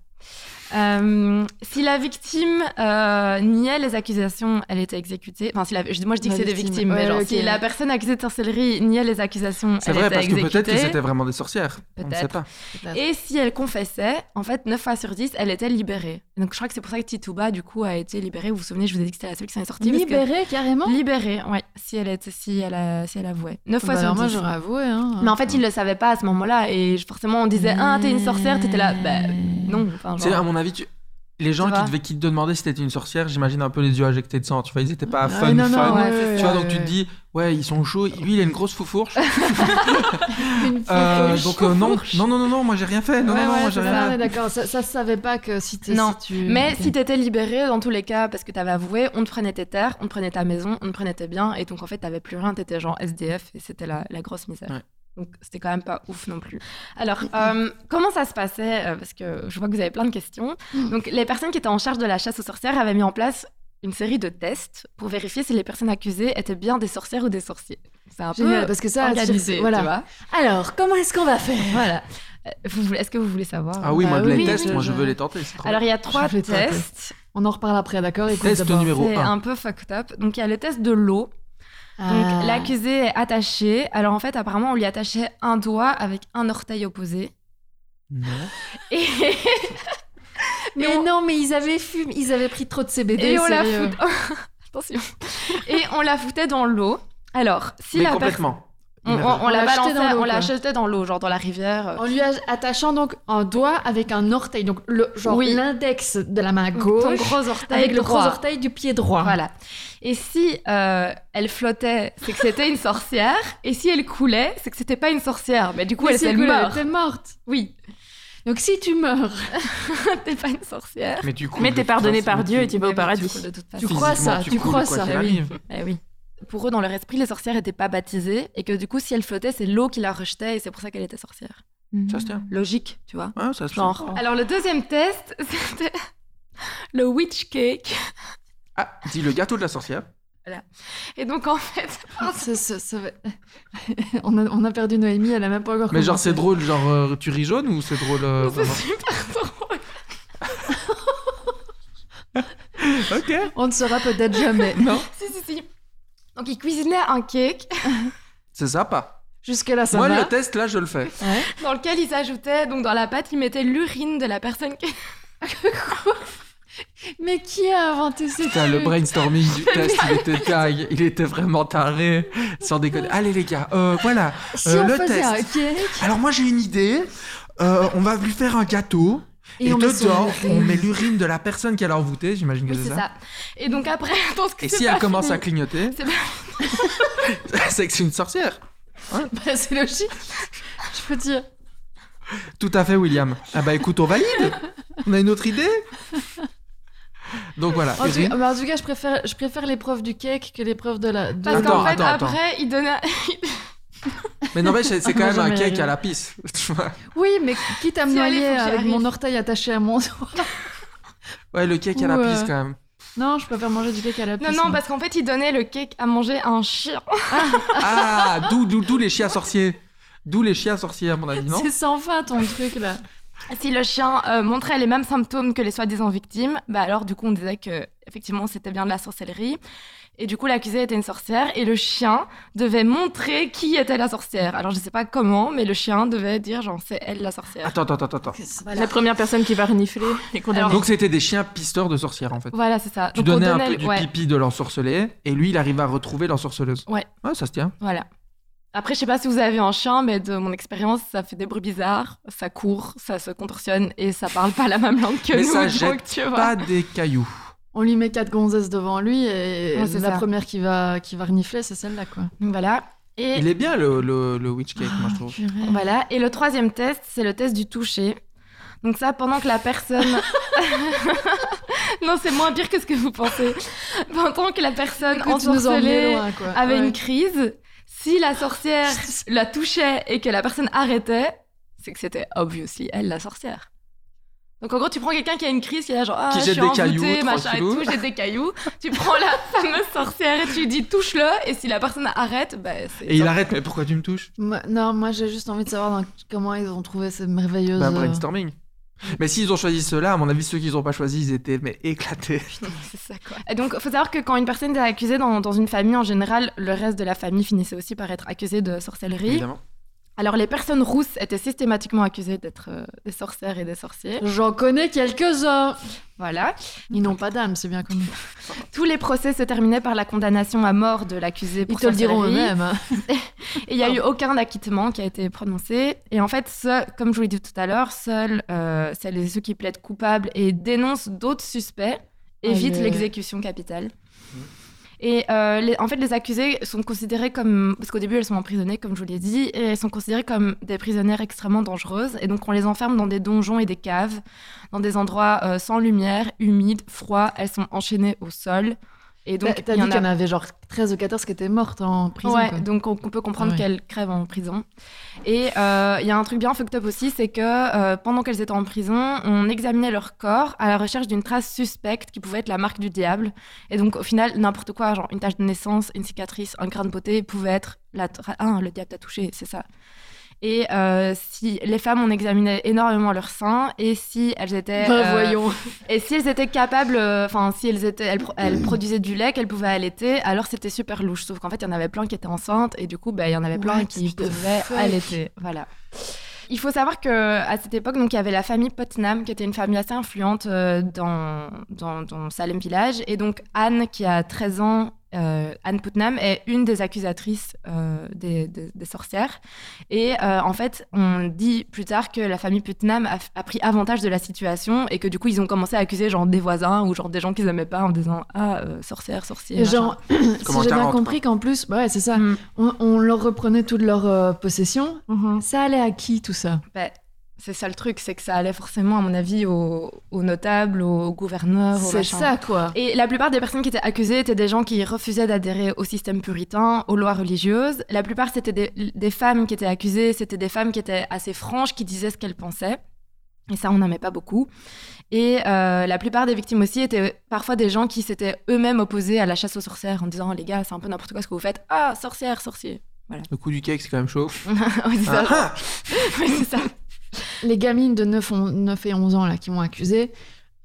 Euh, si la victime euh, niait les accusations, elle était exécutée. Enfin, si la- je- moi je dis que La c'est des victime. victimes, mais Ouais, genre, ok. si la personne accusée de sorcellerie niait les accusations, C'est elle vrai, était parce que exécutée. peut-être que c'était vraiment des sorcières. On ne sait Peut-être. pas. Et si elle confessait, en fait, 9 fois sur 10, elle était libérée. Donc je crois que c'est pour ça que Tituba, du coup, a été libérée. Vous vous souvenez, je vous ai dit que c'était la seule qui s'en est sortie. parce que- Libérée carrément Libérée, ouais. Si elle, était, si elle, a- si elle avouait. 9 fois Bah, sur alors 10. moi j'aurais avoué. Hein. Mais en fait, il ne le savait pas à ce moment-là. Et je- forcément, on disait Ah, t'es une sorcière, t'étais là. Bah, non. Enfin, Tu sais, à genre, mon avis, tu- les gens Tu qui, vois. devaient- qui te demandaient si t'étais une sorcière, j'imagine un peu les yeux injectés de sang. Tu vois, ils étaient pas Ah, fun, non, non, fun. ouais, Tu vois, donc tu te dis, ouais, ils sont chauds. Lui, il a une grosse foufourche. Une Euh, fausse- donc, euh, non, non, non, non, non, moi j'ai rien fait. Non, Ouais, non, non, ouais, moi c'est j'ai ça, rien on est fait. d'accord. Ça, ça se savait pas que si t'es. Non. si tu- Mais Mm, Ok. si t'étais libérée, dans tous les cas, parce que t'avais avoué, on te prenait tes terres, on te prenait ta maison, on te prenait tes biens, et donc en fait t'avais plus rien, t'étais genre SDF, et c'était la, la grosse misère. Ouais. Donc c'était quand même pas ouf non plus. Alors, euh, comment ça se passait euh, Parce que je vois que vous avez plein de questions. Mm. Donc les personnes qui étaient en charge de la chasse aux sorcières avaient mis en place une série de tests pour vérifier si les personnes accusées étaient bien des sorcières ou des sorciers. C'est un Génial, peu parce que ça, organisé, c'est- tu voilà. vois. Alors, comment est-ce qu'on va faire Voilà. Euh, vous voulez- Est-ce que vous voulez savoir Ah oui, Bah moi oui, les oui, tests, je- moi je je- veux les tenter. c'est trop Alors il y a trois Je vais tenter. tests. On en reparle après, d'accord Écoute, Test d'abord. numéro C'est 1. un peu fucked up. Donc il y a le test de l'eau. Donc Ah. l'accusé est attaché. Alors en fait, apparemment, on lui attachait un doigt avec un orteil opposé. Et, Mais Et on- non, mais ils avaient fumé, ils avaient pris trop de CBD. et on la sérieux. fout. Attention. Et on la foutait dans l'eau. Alors, si Mais la per- complètement. on, on- on On la la jetait balançait, dans l'eau, on quoi. la Oh, jetait dans l'eau, genre dans la rivière. euh, En lui a- attachant donc un doigt avec un orteil, donc le genre Oui. l'index de la main ton gauche gros orteil avec le gros droit. orteil du pied droit. Voilà. Et si euh, elle flottait, c'est que c'était une sorcière. Et si elle coulait, c'est que c'était pas une sorcière. Mais du coup, Mais elle si s'est elle coulait, elle meurt. était morte. Oui. Donc si tu meurs, T'es pas une sorcière. Mais tu Mais t'es pardonné par Dieu et tu vas Eh ben, au Mais oui, paradis. tu coules ben, de toute façon. tu crois ça, tu crois ça. Il Ah oui. arrive. Eh oui. Pour eux, dans leur esprit, les sorcières n'étaient pas baptisées et que du coup, si elles flottaient, c'est l'eau qui la rejetait et c'est pour ça qu'elle était sorcière. Ça se tient. Logique, tu vois. Ouais, ça se tient. Oh. Genre. Alors, le deuxième test, c'était le witch cake. Ah, dis le gâteau de la sorcière. Et donc, en fait, Ah, ça- ça- ça va- on, a, on a perdu Noémie, elle a même pas encore Mais genre, commencé. c'est drôle, genre, euh, tu ris jaune ou c'est drôle euh, c'est vraiment super drôle. Ok. On ne saura peut-être jamais. Non. si, si, si. Donc, ils cuisinaient un cake C'est sympa. Jusque-là, ça Moi, va. le test, là, je le fais. Ouais. dans lequel ils ajoutaient, donc dans la pâte, ils mettaient l'urine de la personne qui. Mais qui a inventé ces Putain, le trucs brainstorming du test, il était dingue. Il était vraiment taré. Sans déconner. Allez, les gars, euh, voilà. Si Euh, on le faisait test. un cake Alors, moi, j'ai une idée. Euh, on va lui faire un gâteau. Et, et, on met son dedans, urine. on met l'urine de la personne qui a envoûté. J'imagine que Oui, c'est c'est ça. ça. Et donc, après, je pense que Et c'est si pas elle commence fini. à clignoter, C'est pas- c'est que c'est une sorcière. hein. Bah, c'est logique. Je peux dire. Tout à fait, William. Ah bah écoute, on valide. On a une autre idée. Donc voilà. En tout, Irine. cas, bah, en tout cas, je préfère, je préfère l'épreuve du cake que l'épreuve de la. de- Parce Attends, qu'en fait, attends, attends. après, ils donnaient. Mais non, mais c'est c'est quand Ah, même un jamais cake Irine. à la pisse. Tu vois. Oui, mais quitte à me Si, allez, noyer faut que j'y avec arrive. mon orteil attaché à mon doigt. ouais, le cake à la Ou, euh, pisse quand même. Non, je préfère manger du cake à la Non, pisse. non, bah, parce qu'en fait, ils donnaient le cake à manger à un chien. Ah, d'où d'où- d'où les chiens sorciers. D'où les chiens sorciers, à mon avis, non C'est sans fin ton truc là. Si le chien euh, montrait les mêmes symptômes que les soi-disant victimes, bah alors du coup on disait que effectivement c'était bien de la sorcellerie. Et du coup l'accusée était une sorcière et le chien devait montrer qui était la sorcière. Alors je sais pas comment, mais le chien devait dire genre c'est elle la sorcière. Euh, Attends, attends, attends, attends. La première personne qui va renifler les condamnés. Donc c'était des chiens pisteurs de sorcières en fait. Voilà c'est ça. Tu Donc, on donnais un donnait peu le- du ouais, pipi de l'ensorcelé et lui il arrive à retrouver l'ensorceleuse. Ouais. Ouais, ça se tient. Voilà. Après je sais pas si vous avez un chien, mais de mon expérience ça fait des bruits bizarres, ça court, ça se contorsionne et ça parle pas la même langue que Mais nous. ça donc, jette tu vois. Pas des cailloux. On lui met quatre gonzesses devant lui et Ouais, c'est la ça. première qui va, qui va renifler, c'est celle-là quoi. Donc, voilà. Et Il est bien le, le, le witch cake, moi je trouve. Voilà. Et le troisième test, c'est le test du toucher. Donc ça, pendant que la personne... non, c'est moins pire que ce que vous pensez. Pendant que la personne Écoute, tu nous emmenais ensorcelée loin, quoi. avait Ouais. une crise, si la sorcière la touchait et que la personne arrêtait, c'est que c'était obviously elle la sorcière. Donc en gros, tu prends quelqu'un qui a une crise, qui est là genre ah, Qui je jette suis des envoûtée, cailloux, machin et tranquillou. tout, jette des cailloux. Tu prends la fameuse sorcière et tu lui dis touche-le et si la personne arrête, bah, c'est Et il arrête, mais pourquoi tu me touches Moi- non, moi j'ai juste envie de savoir dans- comment ils ont trouvé cette merveilleuse. Bah, euh, brainstorming. Mais s'ils ont choisi ceux-là, à mon avis, ceux qu'ils ont pas choisi, ils étaient mais éclatés. C'est ça quoi. Et donc, faut savoir que quand une personne est accusée dans, dans une famille, en général, le reste de la famille finissait aussi par être accusé de sorcellerie. Évidemment. Alors, les personnes rousses étaient systématiquement accusées d'être euh, des sorcières et des sorciers. J'en connais quelques-uns. Voilà. Ils n'ont pas d'âme, c'est bien connu. Tous les procès se terminaient par la condamnation à mort de l'accusé Ils pour te le diront sorcellerie. eux-mêmes. hein. Et il n'y a eu aucun acquittement qui a été prononcé. Et en fait, ce- comme je vous l'ai dit tout à l'heure, seuls euh, celles et ceux qui plaident coupables et dénoncent d'autres suspects évitent Allez. l'exécution capitale. Mmh. Et euh, les- en fait, les accusés sont considérés comme. Parce qu'au début, elles sont emprisonnées, comme je vous l'ai dit, et elles sont considérées comme des prisonnières extrêmement dangereuses. Et donc, on les enferme dans des donjons et des caves, dans des endroits euh, sans lumière, humides, froids. Elles sont enchaînées au sol. Et T'as- donc, T'as il y dit en qu'il y a en avait genre 13 ou 14 qui étaient mortes en prison. ouais, quoi. donc on, on peut comprendre Ouais. qu'elles crèvent en prison. Et euh, il y a un truc bien fucked up aussi, c'est que euh, pendant qu'elles étaient en prison, on examinait leur corps à la recherche d'une trace suspecte qui pouvait être la marque du diable. Et donc au final, n'importe quoi, genre une tache de naissance, une cicatrice, un grain de beauté, pouvait être la tra- ah le diable t'a touché, c'est ça. Et euh, si les femmes, on examinait énormément leurs seins, et si elles étaient Bah, euh, voyons. et si elles étaient capables, euh, enfin, si elles, étaient, elles, pro- elles produisaient du lait qu'elles pouvaient allaiter, alors c'était super louche. Sauf qu'en fait, il y en avait plein qui étaient enceintes et du coup, bah, il y en avait plein What qui the pouvaient fuck allaiter. Voilà. Il faut savoir que à cette époque, donc, il y avait la famille Putnam, qui était une famille assez influente euh, dans, dans, dans Salem Village. Et donc, Anne, qui a 13 ans, euh, Anne Putnam est une des accusatrices euh, des, des- des sorcières. Et euh, en fait, on dit plus tard que la famille Putnam a, a pris avantage de la situation et que du coup, ils ont commencé à accuser genre des voisins ou genre des gens qu'ils aimaient pas en disant ah euh, sorcière, sorcière. Et genre, si Comment j'ai bien 40, compris qu'en plus, bah ouais, c'est ça. Mm. On, on leur reprenait toute leur euh, possession. Mhm. Ça allait à qui tout ça Bah, C'est ça le truc, c'est que ça allait forcément, à mon avis, aux, aux notables, aux gouverneurs. aux C'est machins. Ah, bah, ça, quoi. Et la plupart des personnes qui étaient accusées étaient des gens qui refusaient d'adhérer au système puritain, aux lois religieuses. La plupart, c'était des, des femmes qui étaient accusées, c'était des femmes qui étaient assez franches, qui disaient ce qu'elles pensaient. Et ça, on n'en met pas beaucoup. Et euh, la plupart des victimes aussi étaient parfois des gens qui s'étaient eux-mêmes opposés à la chasse aux sorcières en disant Les gars, c'est un peu n'importe quoi ce que vous faites. Ah, sorcière, sorcier. Le coup du cake, c'est quand même chaud. Ouais, c'est ça. Ah, ah Ouais, c'est ça. Les gamines de 9, on- 9 et 11 ans, là, qui m'ont accusé,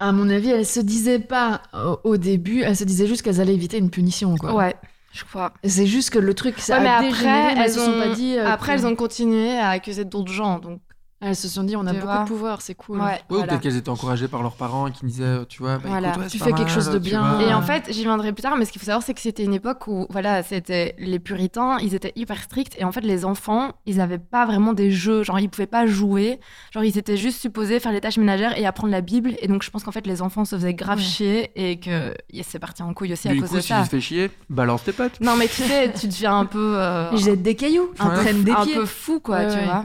à mon avis, elles se disaient pas euh, au début, elles se disaient juste qu'elles allaient éviter une punition, quoi. Ouais, je crois. C'est juste que le truc, ça Ouais, mais a après, dégénéré, mais elles elles se sont ont- pas dit... euh, Après, que- elles ont continué à accuser d'autres gens. Donc, Elles se sont dit, on a Tu beaucoup vois. de pouvoir, c'est cool. ouais, Ouais, ou voilà. peut-être qu'elles étaient encouragées par leurs parents qui disaient, tu vois, bah, Voilà. écoute, ouais, c'est Tu pas fais quelque mal, chose de tu bien. vois. Et Ah. en fait, j'y viendrai plus tard, mais ce qu'il faut savoir, c'est que c'était une époque où, voilà, c'était les puritains, ils étaient hyper stricts, et en fait, les enfants, ils n'avaient pas vraiment des jeux, genre, ils pouvaient pas jouer, genre, ils étaient juste supposés faire les tâches ménagères et apprendre la Bible, et donc, je pense qu'en fait, les enfants se faisaient grave Ouais. chier, et que et c'est parti en couille aussi à du cause coup, de si ça. tu te fais chier, balance tes potes. Non, mais tu sais, tu deviens un peu. euh, Jette des cailloux, Ouais. entraîne des un pieds. peu fou, quoi, Ouais, tu ouais. vois.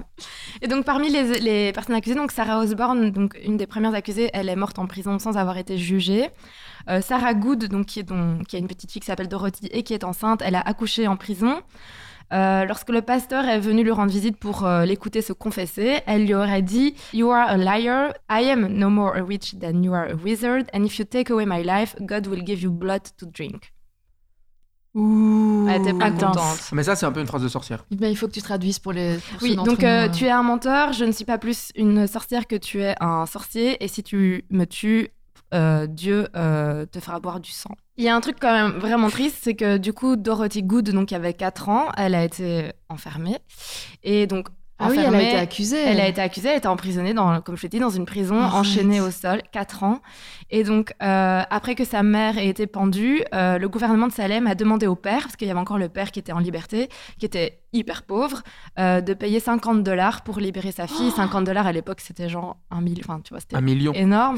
Et donc, parmi les, les personnes accusées, donc Sarah Osborne, donc une des premières accusées, elle est morte en prison sans avoir été jugée. Euh, Sarah Good, donc, qui, est, dont- qui a une petite fille qui s'appelle Dorothy et qui est enceinte, elle a accouché en prison. Euh, lorsque le pasteur est venu lui rendre visite pour euh, l'écouter se confesser, elle lui aurait dit You are a liar, I am no more a witch than you are a wizard, and if you take away my life, God will give you blood to drink. Ouh. Elle était pas Attends. contente. Mais ça, c'est un peu une phrase de sorcière. Eh ben, il faut que tu traduises pour les. pour ceux Oui, d'entre donc nous, euh, euh, tu es un menteur, je ne suis pas plus une sorcière que tu es un sorcier, et si tu me tues, euh, Dieu euh, te fera boire du sang. Il y a un truc quand même vraiment triste, c'est que du coup, Dorothy Good, donc qui avait 4 ans, elle a été enfermée, et donc Ah oui, elle a enfermée, été accusée. elle a été accusée, elle était emprisonnée, dans, comme je l'ai dit, dans une prison, Arrête. enchaînée au sol, 4 ans. Et donc, euh, après que sa mère ait été pendue, euh, le gouvernement de Salem a demandé au père, parce qu'il y avait encore le père qui était en liberté, qui était hyper pauvre, euh, de payer 50 dollars pour libérer sa fille. 50 dollars à l'époque, c'était genre 1 000, enfin, tu vois, c'était Un million. énorme.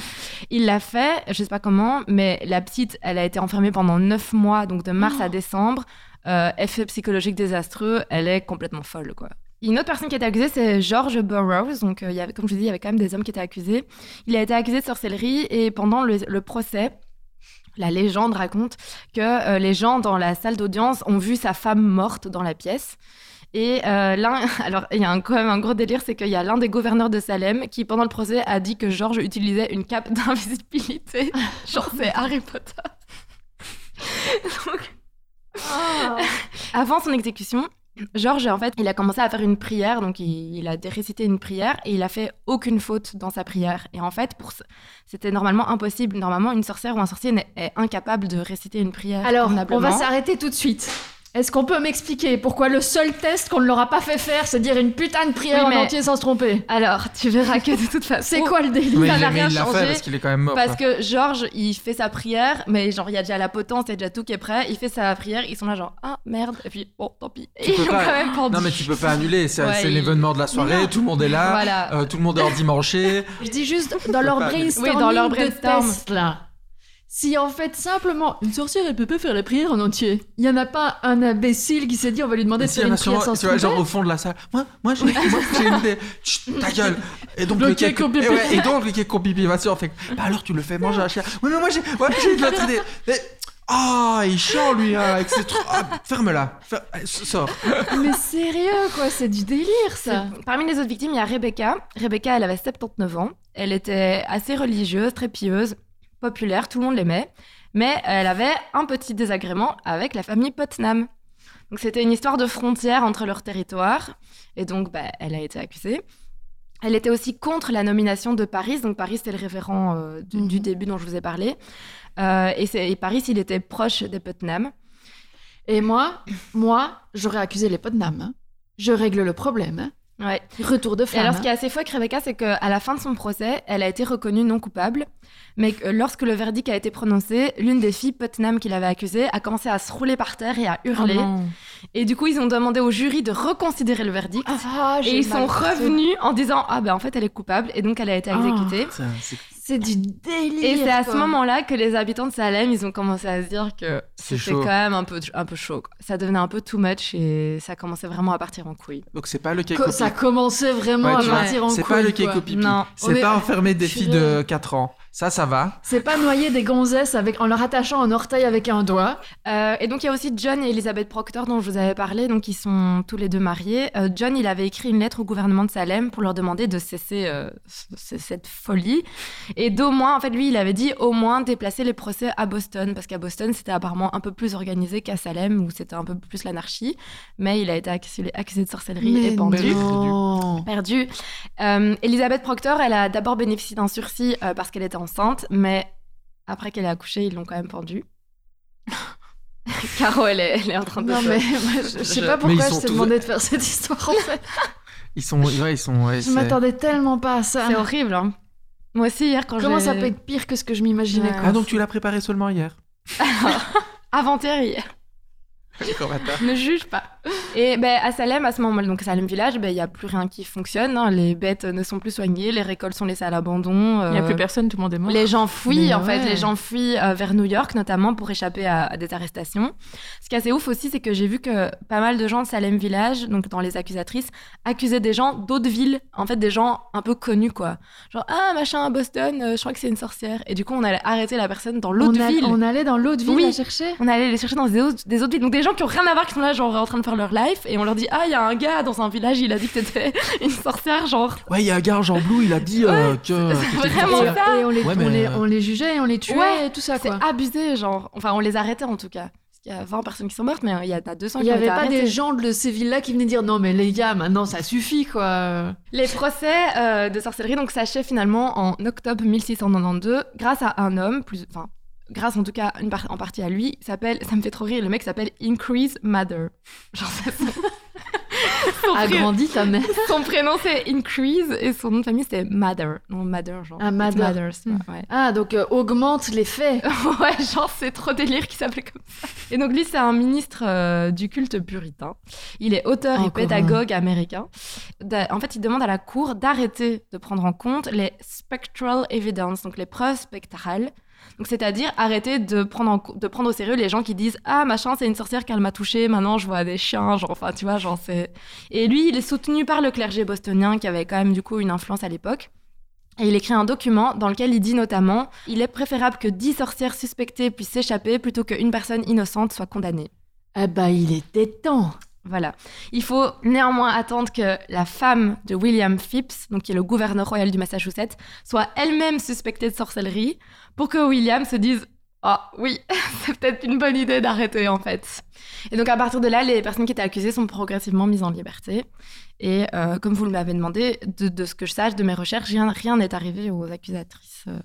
Il l'a fait, je sais pas comment, mais la petite, elle a été enfermée pendant 9 mois, donc de mars à décembre. Euh, effet psychologique désastreux, elle est complètement folle, quoi. Une autre personne qui a été accusée, c'est George Burroughs. Donc, euh, il y avait, comme je vous dis, il y avait quand même des hommes qui étaient accusés. Il a été accusé de sorcellerie et pendant le, le procès, la légende raconte que euh, les gens dans la salle d'audience ont vu sa femme morte dans la pièce. Et euh, l'un, alors il y a un- quand même un gros délire, c'est qu'il y a l'un des gouverneurs de Salem qui, pendant le procès, a dit que George utilisait une cape d'invisibilité. Genre, c'est Harry Potter. Donc, Ah. avant son exécution, Georges, en fait, il a commencé à faire une prière, donc il, il a récité une prière et il a fait aucune faute dans sa prière. Et en fait, pour ce- c'était normalement impossible. Normalement, une sorcière ou un sorcier n'est- est incapable de réciter une prière. Alors, on va convenablement. s'arrêter tout de suite. Est-ce qu'on peut m'expliquer pourquoi le seul test qu'on ne leur a pas fait faire, c'est dire une putain de prière Oui, mais- en entier sans se tromper Alors, tu verras que de toute façon. C'est quoi le délire Mais n'a il l'a- mais rien il l'a changé fait parce qu'il est quand même mort. Parce que Georges, il fait sa prière, mais genre, il y a déjà la potence, il y a déjà tout qui est prêt. Il fait sa prière, ils sont là, genre, ah merde, et puis bon, tant pis. Tu Et ils peux l'ont quand pas- même Oh, pendu. Non, mais tu peux pas annuler. C'est Ouais, c'est il- l'événement de la soirée. Tout le monde est là. Voilà. euh, tout le monde est en dimanché. Je dis juste dans leur pas, mais- brainstorming Oui, dans leur de brainstorm. test, là. Si en fait simplement une sorcière elle peut pas faire la prière en entier, il y en a pas un imbécile qui s'est dit on va lui demander de Si, faire il y en une a prière sûrement, sans se tu vois, tromper. genre au fond de la salle. Moi, moi j'ai moi, j'ai une idée. Chut, ta gueule. Et donc, Le cake cake au pipi. Et, ouais, et donc, le cake au pipi. Vas-y, on fait. Bah alors, tu le fais manger à un chien. Oui, mais moi, j'ai ouais, j'ai une autre idée. Mais- Ah, il est chiant, lui, hein, avec ses trucs. Ah, ferme-la. Fer- eh, Sors. Mais sérieux quoi, c'est du délire ça. Parmi les autres victimes, il y a Rebecca. Rebecca, elle avait 79 ans. Elle était assez religieuse, très pieuse, populaire, tout le monde l'aimait. Mais elle avait un petit désagrément avec la famille Putnam. Donc c'était une histoire de frontière entre leurs territoires. Et donc, bah, elle a été accusée. Elle était aussi contre la nomination de Paris. Donc Paris, c'était le référent euh, du, du Mhm. début dont je vous ai parlé. Euh, et, c'est- et Paris, il était proche des Putnam. Et moi, moi, j'aurais accusé les Putnam. hein. Je règle le problème. hein. Ouais. Retour de Et alors, flamme. ce qui est assez fou avec Rebecca, c'est qu'à la fin de son procès, elle a été reconnue non coupable. Mais que lorsque le verdict a été prononcé, l'une des filles Putnam qui l'avait accusée a commencé à se rouler par terre et à Oh hurler. et du coup, ils ont demandé au jury de reconsidérer le verdict. Ah, j'ai et ils mal sont porté. bah, revenus en disant Ah, ben en fait, elle est coupable. Et donc, elle a été Ah. exécutée. Putain, c'est- C'est du délire. Et c'est à ce quoi. moment-là que les habitants de Salem, ils ont commencé à se dire que C'est c'était chaud. quand même un peu, un peu chaud. quoi. Ça devenait un peu too much et ça commençait vraiment à partir en couille. Donc c'est pas le Co- Keiko ça Pipi. commençait vraiment Ouais, à tu vois, partir en couille. C'est pas le quoi. Keiko Pipi. Non. On C'est est- pas enfermer des filles de Purée. 4 ans. Ça, ça va. C'est pas noyer des gonzesses avec, en leur attachant un orteil avec un doigt. Euh, et donc il y a aussi John et Elizabeth Proctor dont je vous avais parlé, donc ils sont tous les deux mariés. Euh, John, il avait écrit une lettre au gouvernement de Salem pour leur demander de cesser euh, ce- cette folie et d'au moins, en fait lui, il avait dit au moins déplacer les procès à Boston parce qu'à Boston c'était apparemment un peu plus organisé qu'à Salem où c'était un peu plus l'anarchie, mais il a été accusé, accusé de sorcellerie et pendu. non. Oh. Perdu. Euh, Elisabeth Proctor, elle a d'abord bénéficié d'un sursis euh, parce qu'elle était enceinte, mais après qu'elle a accouché, ils l'ont quand même pendue. Caro, elle est, elle est en train de. Non se- mais moi, je, je sais Je- pas mais ils pourquoi sont je t'ai tous- demandé de faire cette histoire en fait. Ils sont. Ouais, ils sont. ouais, Je c'est- m'attendais tellement pas à ça. C'est horrible. hein. Moi aussi hier quand Comment j'ai- ça peut être pire que ce que je m'imaginais Ouais. quoi. Ah, donc tu l'as préparé seulement hier. Avant-hier. hier. Quand même. Ne juge pas. Et ben, à Salem, à ce moment-là, donc Salem Village, ben, il n'y a plus rien qui fonctionne. hein. Les bêtes euh, ne sont plus soignées, les récoltes sont laissées à l'abandon. Il n'y a euh, plus personne, tout le monde est mort. Les gens fuient, Mais en fait. ouais. Les gens fuient euh, vers New York, notamment pour échapper à, à des arrestations. Ce qui est assez ouf aussi, c'est que j'ai vu que pas mal de gens de Salem Village, donc dans les accusatrices, accusaient des gens d'autres villes. En fait, des gens un peu connus, quoi. Genre, ah, machin à Boston, euh, je crois que c'est une sorcière. Et du coup, on allait arrêter la personne dans l'autre on, a- ville. On... on allait dans l'autre ville Oui. la chercher. allait les chercher dans des autres, des autres villes. Donc des gens qui ont rien à voir, qui sont là, genre, en train de faire leur life. Et on leur dit, ah, il y a un gars dans un village, il a dit que t'étais une sorcière, genre. Ouais, il y a un gars, Jean Blou, il a dit euh, que. que t'étais vraiment sorcière. ça. Et on les, Ouais, on, mais- euh, les, on les jugeait et on les tuait Ouais, et tout ça C'est quoi. abusé, genre. Enfin, on les arrêtait en tout cas. Parce qu'il y a 20 personnes qui sont mortes, mais euh, il y en a 200 Il qui n'y ont avait été pas arrêtés. des gens de ces villes-là qui venaient dire non mais les gars maintenant ça suffit quoi. Les procès euh, de sorcellerie donc s'achèvent finalement en octobre 1692 grâce à un homme, plus, enfin, grâce en tout cas une par- en partie à lui, il s'appelle, ça me fait trop rire, le mec s'appelle Increase Mather. Genre, ça, son... son pré- Agrandit ta mère. son prénom c'est Increase et son nom de famille c'est Mather. Non, Mather, genre. Ah, It's Mather. c'est pas- ouais. Ah donc euh, augmente les faits. ouais, genre c'est trop délire qu'il s'appelait comme ça. Et donc lui, c'est un ministre euh, du culte puritain. Il est auteur et Encore pédagogue américain. D'a- En fait, il demande à la cour d'arrêter de prendre en compte les spectral evidence, donc les preuves spectrales. Donc c'est-à-dire arrêter de prendre en co- de prendre au sérieux les gens qui disent ah machin c'est une sorcière qu'elle m'a touché maintenant je vois des chiens genre enfin tu vois genre c'est et lui il est soutenu par le clergé bostonien qui avait quand même du coup une influence à l'époque et il écrit un document dans lequel il dit notamment Il est préférable que 10 sorcières suspectées puissent s'échapper plutôt qu'une personne innocente soit condamnée. Ah bah il était temps. Voilà. Il faut néanmoins attendre que la femme de William Phipps, donc qui est le gouverneur royal du Massachusetts, soit elle-même suspectée de sorcellerie pour que William se dise Ah oui, c'est peut-être une bonne idée d'arrêter en fait. Et donc à partir de là, les personnes qui étaient accusées sont progressivement mises en liberté. Et euh, comme vous m'avez demandé, de, de ce que je sache, de mes recherches, rien rien n'est arrivé aux accusatrices. euh.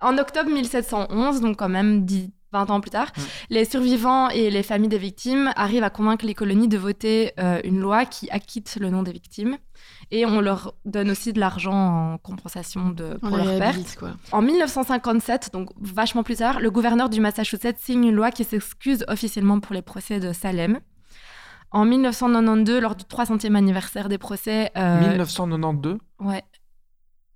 En octobre 1711, donc quand même 10, 20 ans plus tard, les survivants et les familles des victimes arrivent à convaincre les colonies de voter euh, une loi qui acquitte le nom des victimes. Et on leur donne aussi de l'argent en compensation de, On pour les leurs pertes. réhabilite, quoi. En 1957, donc vachement plus tard, le gouverneur du Massachusetts signe une loi qui s'excuse officiellement pour les procès de Salem. En 1992, lors du 300e anniversaire des procès... euh, 1992 ouais.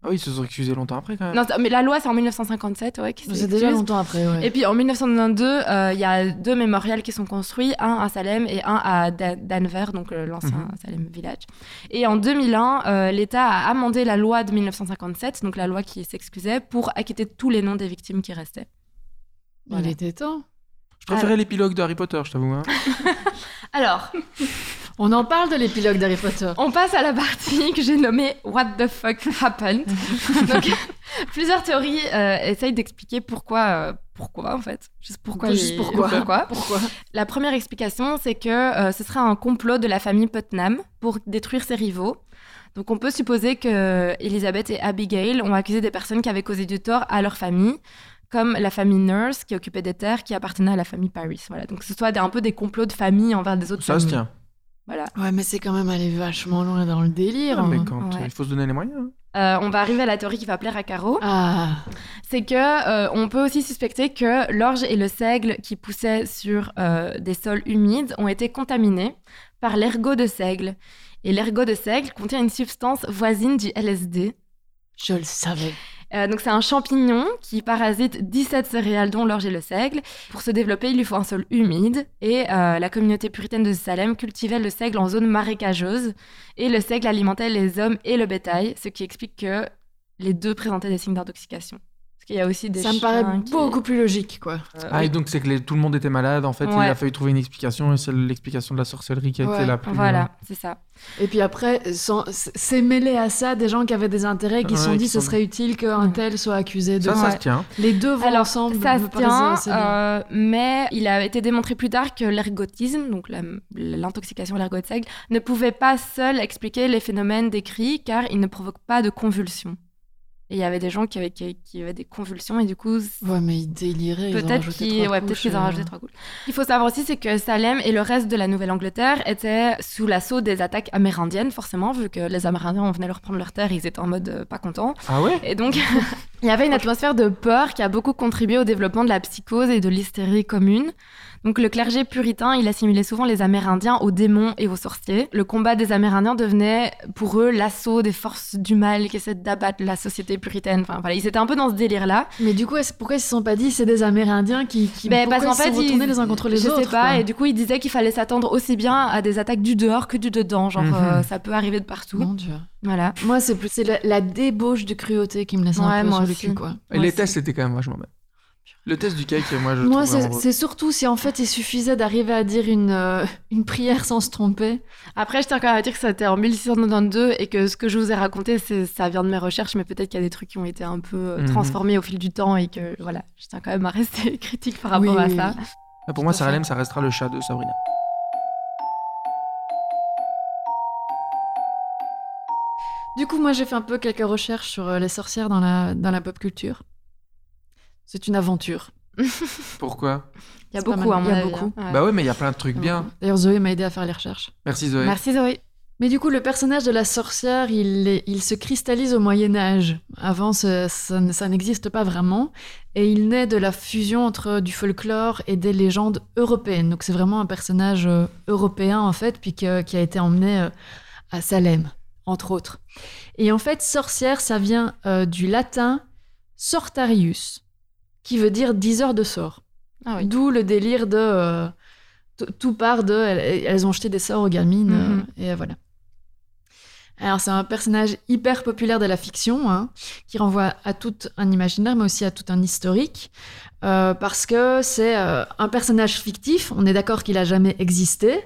Ah oui, ils se sont excusés longtemps après quand même. Non, c'est- mais la loi, c'est en 1957, ouais. qui C'est s'excuse. déjà longtemps après ouais. Et puis en 1992, euh, il y a deux mémorials qui sont construits, un à Salem et un à Da- Danvers, donc euh, l'ancien Mhm. Salem Village. Et en 2001, euh, l'État a amendé la loi de 1957, donc la loi qui s'excusait, pour acquitter tous les noms des victimes qui restaient. voilà. Il était temps. Je préférais l'épilogue de Harry Potter, je t'avoue. hein. Alors, On en parle de l'épilogue d'Harry Potter. On passe à la partie que j'ai nommée What the fuck happened. Donc, plusieurs théories euh, essayent d'expliquer pourquoi, euh, pourquoi en fait, juste pourquoi, Juste il- pourquoi. pourquoi. La première explication, c'est que euh, ce serait un complot de la famille Putnam pour détruire ses rivaux. Donc, on peut supposer que Elizabeth et Abigail ont accusé des personnes qui avaient causé du tort à leur famille, comme la famille Nurse qui occupait des terres qui appartenaient à la famille Paris. Voilà. Donc, ce soit des- un peu des complots de famille envers des autres Ça se familles. tient. Voilà. Ouais, mais c'est quand même allé vachement loin dans le délire. Ah, hein. mais quand Ouais. il faut se donner les moyens. hein. Euh, on va arriver à la théorie qui va plaire à Caro. Ah, c'est que euh, on peut aussi suspecter que l'orge et le seigle qui poussaient sur euh, des sols humides ont été contaminés par l'ergot de seigle. Et l'ergot de seigle contient une substance voisine du LSD. je le savais. Euh, donc c'est un champignon qui parasite 17 céréales dont l'orge et le seigle. Pour se développer, il lui faut un sol humide et euh, la communauté puritaine de Salem cultivait le seigle en zone marécageuse et le seigle alimentait les hommes et le bétail, ce qui explique que les deux présentaient des signes d'intoxication. Parce qu'il y a aussi des Ça me paraît chiens qui- beaucoup plus logique, quoi. Ah, et donc c'est que les- tout le monde était malade, en fait, et il Euh, Ouais. a fallu trouver une explication, et c'est l'explication de la sorcellerie qui a été Ouais, la plus. euh, Voilà, c'est ça. Et puis après, sans- c'est mêlé à ça des gens qui avaient des intérêts, qui se sont Ouais, dit qui ce sont- serait utile qu'un Ouais. tel soit accusé de. Ça, ça Ouais. se tient. Les deux vont Alors, ensemble. Ça me se paraissait tient, assez bien. euh, mais il a été démontré plus tard que l'ergotisme, donc la- l'intoxication à l'ergot de seigle, ne pouvait pas seul expliquer les phénomènes décrits car il ne provoque pas de convulsions. Et il y avait des gens qui avaient, qui, qui avaient des convulsions et du coup, c- Ouais, mais ils déliraient. ils en euh, peut-être rajoutaient qu'ils trois ouais, peut-être couches, qu'ils en euh. rajoutaient trois couches. Il faut savoir aussi c'est que Salem et le reste de la Nouvelle-Angleterre étaient sous l'assaut des attaques amérindiennes, forcément, vu que les Amérindiens, on venait leur prendre leur terre, ils étaient en mode euh, pas contents. Ah ouais Et donc, il y avait une atmosphère de peur qui a beaucoup contribué au développement de la psychose et de l'hystérie commune. Donc, le clergé puritain, il assimilait souvent les Amérindiens aux démons et aux sorciers. Le combat des Amérindiens devenait pour eux l'assaut des forces du mal qui essaient d'abattre la société puritaine. Enfin, voilà, ils étaient un peu dans ce délire-là. Mais du coup, est-ce- pourquoi ils se sont pas dit c'est des Amérindiens qui, qui Ben, pourquoi parce qu'en ils se fait, sont retournés ils- les uns contre les je autres sais pas, quoi et du coup, ils disaient qu'il fallait s'attendre aussi bien à des attaques du dehors que du dedans. Genre, Mhm. euh, ça peut arriver de partout. Mon Dieu. Voilà. Moi, c'est plus c'est la, la débauche de cruauté qui me laisse Ouais, un peu moi sur le aussi. cul, quoi. Et Moi les aussi. tests, c'était quand même vachement bien. Le test du cake, moi, je le Moi, trouve c'est vraiment beau. c'est surtout si en fait il suffisait d'arriver à dire une, euh, une prière sans se tromper. Après, je tiens quand même à dire que c'était en 1692 et que ce que je vous ai raconté, c'est- ça vient de mes recherches, mais peut-être qu'il y a des trucs qui ont été un peu euh, Mhm. transformés au fil du temps et que voilà, je tiens quand même à rester critique par rapport Oui, à oui, ça. oui. Ah, Pour moi, Tout à fait. Saralem, ça restera le chat de Sabrina. Du coup, moi, j'ai fait un peu quelques recherches sur euh, les sorcières dans la, dans la pop culture. C'est une aventure. Pourquoi Il y a C'est pas beaucoup, mal. à mon Il y a avis, beaucoup. hein. Ouais. Bah ouais, mais il y a plein de trucs bien. D'ailleurs, Zoé m'a aidé à faire les recherches. Merci Zoé. Merci Zoé. Mais du coup, le personnage de la sorcière, il, est- il se cristallise au Moyen Âge. Avant, ce- ça, ne- ça n'existe pas vraiment. Et il naît de la fusion entre du folklore et des légendes européennes. Donc c'est vraiment un personnage euh, européen, en fait, puis que- qui a été emmené euh, à Salem, entre autres. Et en fait, sorcière, ça vient euh, du latin sortarius, qui veut dire 10 heures de sort. Ah oui. D'où le délire de... euh, t- tout part de... Elles, elles ont jeté des sorts aux gamines, euh, Mhm. et voilà. Alors c'est un personnage hyper populaire de la fiction, hein, qui renvoie à tout un imaginaire, mais aussi à tout un historique, euh, parce que c'est euh, un personnage fictif, on est d'accord qu'il a jamais existé,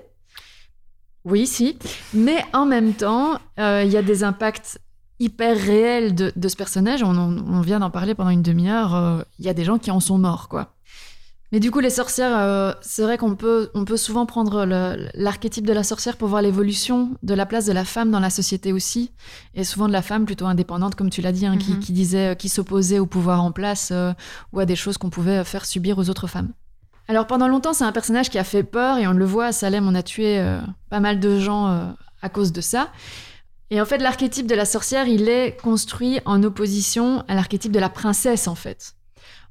oui, si, mais en même temps, euh, il y a des impacts hyper réels de, de ce personnage, on, en- on vient d'en parler pendant une demi-heure, euh, il y a des gens qui en sont morts, quoi. Mais du coup, les sorcières, euh, c'est vrai qu'on peut, on peut souvent prendre le- l'archétype de la sorcière pour voir l'évolution de la place de la femme dans la société aussi, et souvent de la femme plutôt indépendante, comme tu l'as dit, hein, qui, Mhm. qui disait, qui s'opposait au pouvoir en place euh, ou à des choses qu'on pouvait euh, faire subir aux autres femmes. Alors pendant longtemps, c'est un personnage qui a fait peur, et on le voit à Salem, on a tué euh, pas mal de gens euh, à cause de ça. Et en fait, l'archétype de la sorcière, il est construit en opposition à l'archétype de la princesse, en fait.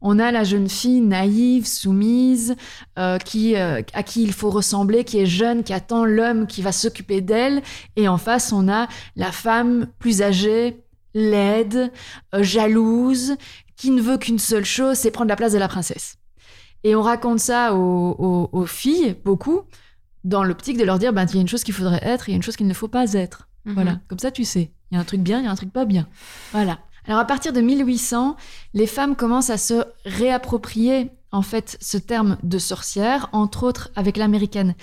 On a la jeune fille naïve, soumise, euh, qui, euh, à qui il faut ressembler, qui est jeune, qui attend l'homme qui va s'occuper d'elle. Et en face, on a la femme plus âgée, laide, euh, jalouse, qui ne veut qu'une seule chose, c'est prendre la place de la princesse. Et on raconte ça aux, aux- aux filles, beaucoup, dans l'optique de leur dire, ben, il y a une chose qu'il faudrait être et il y a une chose qu'il ne faut pas être. Mhm. Voilà, comme ça tu sais. Il y a un truc bien, il y a un truc pas bien. Voilà. Alors à partir de 1800, les femmes commencent à se réapproprier en fait ce terme de sorcière, entre autres avec l'américaine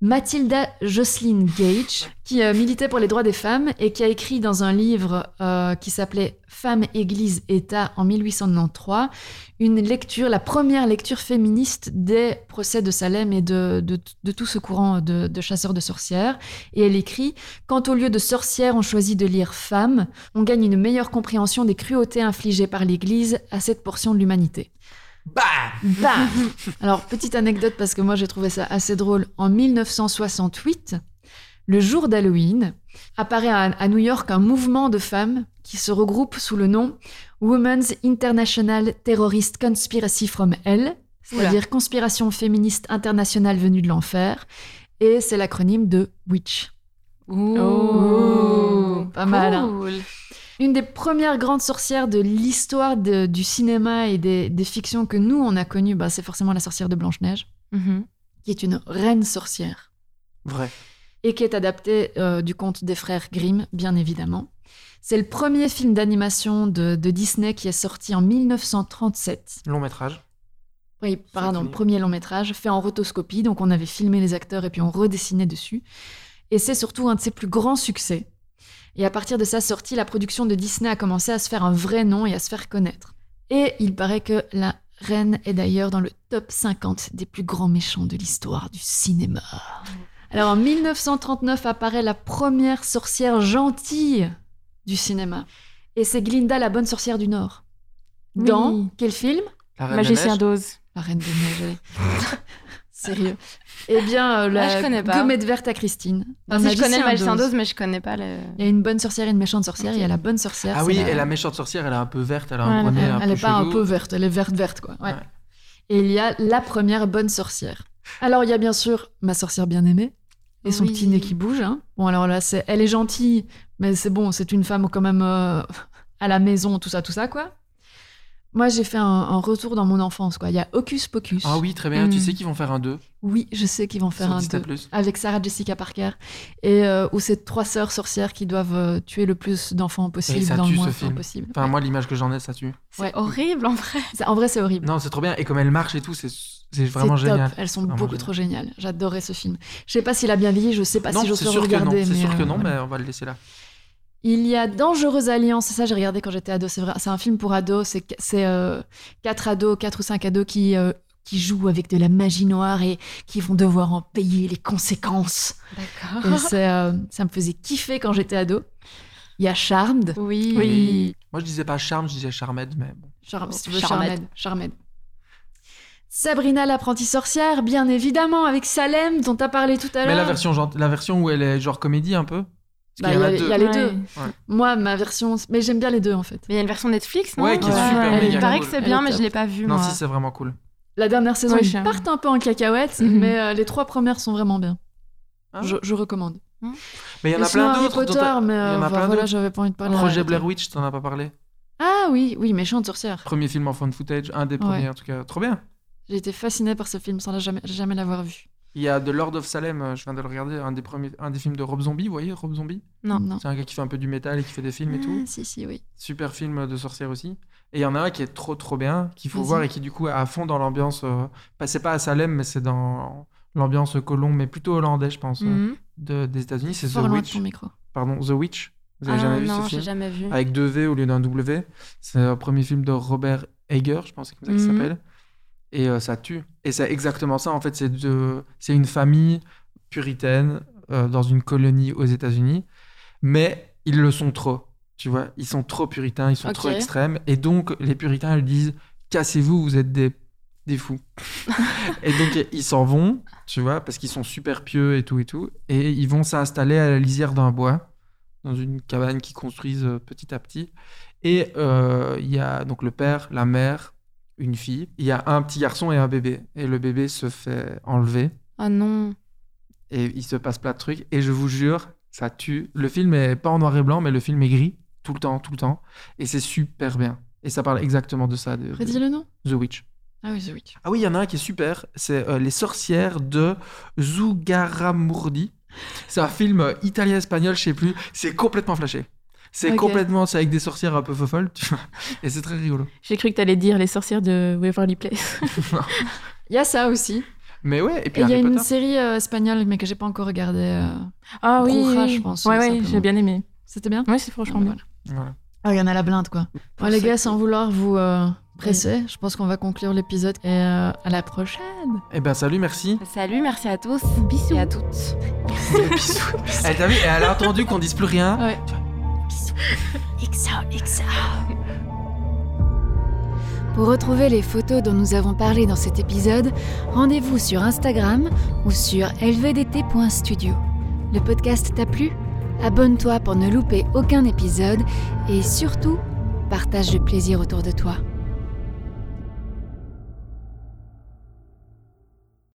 Matilda Jocelyn Gage, qui euh, militait pour les droits des femmes et qui a écrit dans un livre euh, qui s'appelait Femmes, Église, État en 1893 une lecture, la première lecture féministe des procès de Salem et de, de- de tout ce courant de- de chasseurs de sorcières. Et elle écrit quand au lieu de sorcière, on choisit de lire femme, on gagne une meilleure compréhension des cruautés infligées par l'Église à cette portion de l'humanité. Bah Alors, petite anecdote, parce que moi j'ai trouvé ça assez drôle. En 1968, le jour d'Halloween, apparaît à, à New York un mouvement de femmes qui se regroupe sous le nom Women's International Terrorist Conspiracy from Hell, c'est-à-dire Conspiration féministe internationale venue de l'enfer, et c'est l'acronyme de WITCH. Ouh. Oh, pas mal, hein. Cool. Une des premières grandes sorcières de l'histoire de- du cinéma et des, des fictions que nous, on a connues, bah, c'est forcément la sorcière de Blanche-Neige, Mhm. qui est une reine sorcière Vrai. et qui est adaptée euh, du conte des frères Grimm, bien évidemment. C'est le premier film d'animation de, de Disney qui est sorti en 1937. Long métrage. Oui, pardon, fini. premier long métrage fait en rotoscopie, donc on avait filmé les acteurs et puis on redessinait dessus. Et c'est surtout un de ses plus grands succès. Et à partir de sa sortie, la production de Disney a commencé à se faire un vrai nom et à se faire connaître. Et il paraît que la reine est d'ailleurs dans le top 50 des plus grands méchants de l'histoire du cinéma. Alors en 1939 apparaît la première sorcière gentille du cinéma. Et c'est Glinda, la bonne sorcière du Nord. Dans Oui. quel film La Reine Magicien des Neiges. d'Oz. la reine des neiges. allez. Sérieux. Eh bien, euh, la Ah, je connais pas. gommette verte à Christine. Enfin, si, je connais le magicien d'Oz. d'Oz, mais je connais pas le. Il y a une bonne sorcière et une méchante sorcière. Il y a la bonne sorcière. Ah c'est oui, la- et la méchante sorcière, elle est un peu verte, elle a Ouais, un bonnet un Elle peu n'est pas un chelou. peu verte, elle est verte verte quoi. Ouais. Ouais. Et il y a la première bonne sorcière. Alors il y a bien sûr ma sorcière bien aimée et son Oui. petit nez qui bouge. hein. Bon alors là c'est, elle est gentille, mais c'est bon, c'est une femme quand même euh, à la maison, tout ça, tout ça quoi. Moi j'ai fait un, un retour dans mon enfance quoi. Il y a Hocus Pocus. Ah oui, très bien. Tu Hmm. sais qu'ils vont faire un 2 Oui, je sais qu'ils vont faire sur un Disney+. 2 avec Sarah Jessica Parker et euh, où c'est trois sœurs sorcières qui doivent euh, tuer le plus d'enfants Et possible ça dans tue, le moins ce de temps film. possible. Enfin, moi, l'image que j'en ai, ça tue. C'est Ouais. horrible en vrai. Ça- En vrai, c'est horrible. Non, c'est trop bien. Et comme elle marche et tout, c'est c'est C'est vraiment top. génial. Elles sont Vraiment beaucoup génial. trop géniales. J'adorais ce film. Je sais pas s'il a bien vieilli, je sais pas non, Bah, si c'est j'ose le sûr que non. regarder. C'est mais, sûr que euh, non, voilà. mais on va le laisser là. Il y a Dangereuse Alliance, ça j'ai regardé quand j'étais ado, c'est vrai, c'est un film pour ados, c'est qu- c'est euh, quatre ados, quatre ou cinq ados qui, euh, qui jouent avec de la magie noire et qui vont devoir en payer les conséquences. D'accord. Et c'est, euh, ça me faisait kiffer quand j'étais ado. Il y a Charmed, Oui. Oui. Moi, je disais pas Charme, je disais Charmed, mais bon. Char- Oh, si tu veux, Charmed. Charmed. Charmed. Sabrina l'apprentie sorcière, bien évidemment, avec Salem dont t'as parlé tout à l'heure. Mais la version, genre- la version où elle est genre comédie un peu Parce Bah, il y qu'il en a, a les- deux. il y a les Ouais. deux. Moi, ma version, mais j'aime bien les deux en fait. Mais il y a une version Netflix, non Ouais, qui est Ouais. super Elle est- Il méga paraît que cool. c'est bien, Elle est mais je l'ai pas vu. Non, moi. si, c'est vraiment cool. La dernière saison, Ouais, ils j'aime. partent un peu en cacahuète, Mhm. mais euh, les trois premières sont vraiment bien. Ah. Je, je recommande. Mais il y en Et a sinon, plein Harry d'autres. dont Potter, t'as- mais il y en a euh, plein voilà, d'autres. j'avais pas envie de parler. Projet d'Harry Blair Potter. Witch, t'en as pas parlé. Ah oui, oui, méchante sorcière. Premier film en fan footage, un des premiers en tout cas. Trop bien. J'ai été fascinée par ce film sans la jamais, jamais l'avoir vu. Il y a The Lord of Salem, euh, je viens de le regarder, un des, premiers, un des films de Rob Zombie, vous voyez, Rob Zombie Non. non. C'est un gars qui fait un peu du métal et qui fait des films et tout. Ah, si, si, oui. Super film de sorcière aussi. Et il y en a un qui est trop trop bien, qu'il faut Vas-y. voir et qui du coup est à fond dans l'ambiance. euh, pas- c'est pas à Salem, mais c'est dans l'ambiance colombe, mais plutôt hollandais, je pense, euh, Mhm. de- des États-Unis. C'est Mm. Fort The loin de Witch. ton micro. Pardon, The Witch. Vous avez Ah, jamais vu non, ce j'ai film jamais vu. Avec deux V au lieu d'un W. C'est le premier film de Robert Eger, je pense que c'est comme ça qu'il Mhm. s'appelle. Et euh, ça tue. Et c'est exactement ça. En fait, c'est de... c'est une famille puritaine euh, dans une colonie aux États-Unis. Mais ils le sont trop. Tu vois, ils sont trop puritains, ils sont trop Ok. extrêmes. Et donc, les puritains ils disent Cassez-vous, vous êtes des, des fous. et donc, ils s'en vont, tu vois, parce qu'ils sont super pieux et tout et tout. Et ils vont s'installer à la lisière d'un bois, dans une cabane qu'ils construisent euh, petit à petit. Et euh, il y a donc le père, la mère, une fille. Il y a un petit garçon et un bébé. Et le bébé se fait enlever. Ah non. Et il se passe plein de trucs. Et je vous jure, ça tue. Le film est pas en noir et blanc, mais le film est gris. Tout le temps, tout le temps. Et c'est super bien. Et ça parle exactement de ça, de, de Redis le nom. The Witch. Ah oui, The Witch. Ah oui, il y en a un qui est super. C'est euh, Les sorcières de Zugaramurdi. C'est un film euh, italien-espagnol, je sais plus. C'est complètement flashé. C'est Ok. complètement. C'est avec des sorcières un peu fofolles, tu vois. Et c'est très rigolo. J'ai cru que t'allais dire les sorcières de Waverly Place. Il y a ça aussi. Mais ouais, et Et puis il y a Harry une Potter. série euh, espagnole, mais que j'ai pas encore regardée. euh. Ah oui. Brouhaha, oui. je pense, Ouais, ouais, simplement. j'ai bien aimé. C'était bien bah, Ouais, c'est franchement bien. Voilà. Voilà. Ah, il y en a la blinde, quoi. Bon, les gars, sans vouloir vous euh, presser, je pense qu'on va conclure l'épisode et euh, à la prochaine. Eh ben, salut, merci. Salut, merci à tous. Bisous. Et à toutes. Elle t'a Eh, vu, et elle a entendu qu'on dise plus rien. Ouais. Pour retrouver les photos dont nous avons parlé dans cet épisode, rendez-vous sur Instagram ou sur lvdt.studio. Le podcast t'a plu Abonne-toi pour ne louper aucun épisode et surtout, partage le plaisir autour de toi.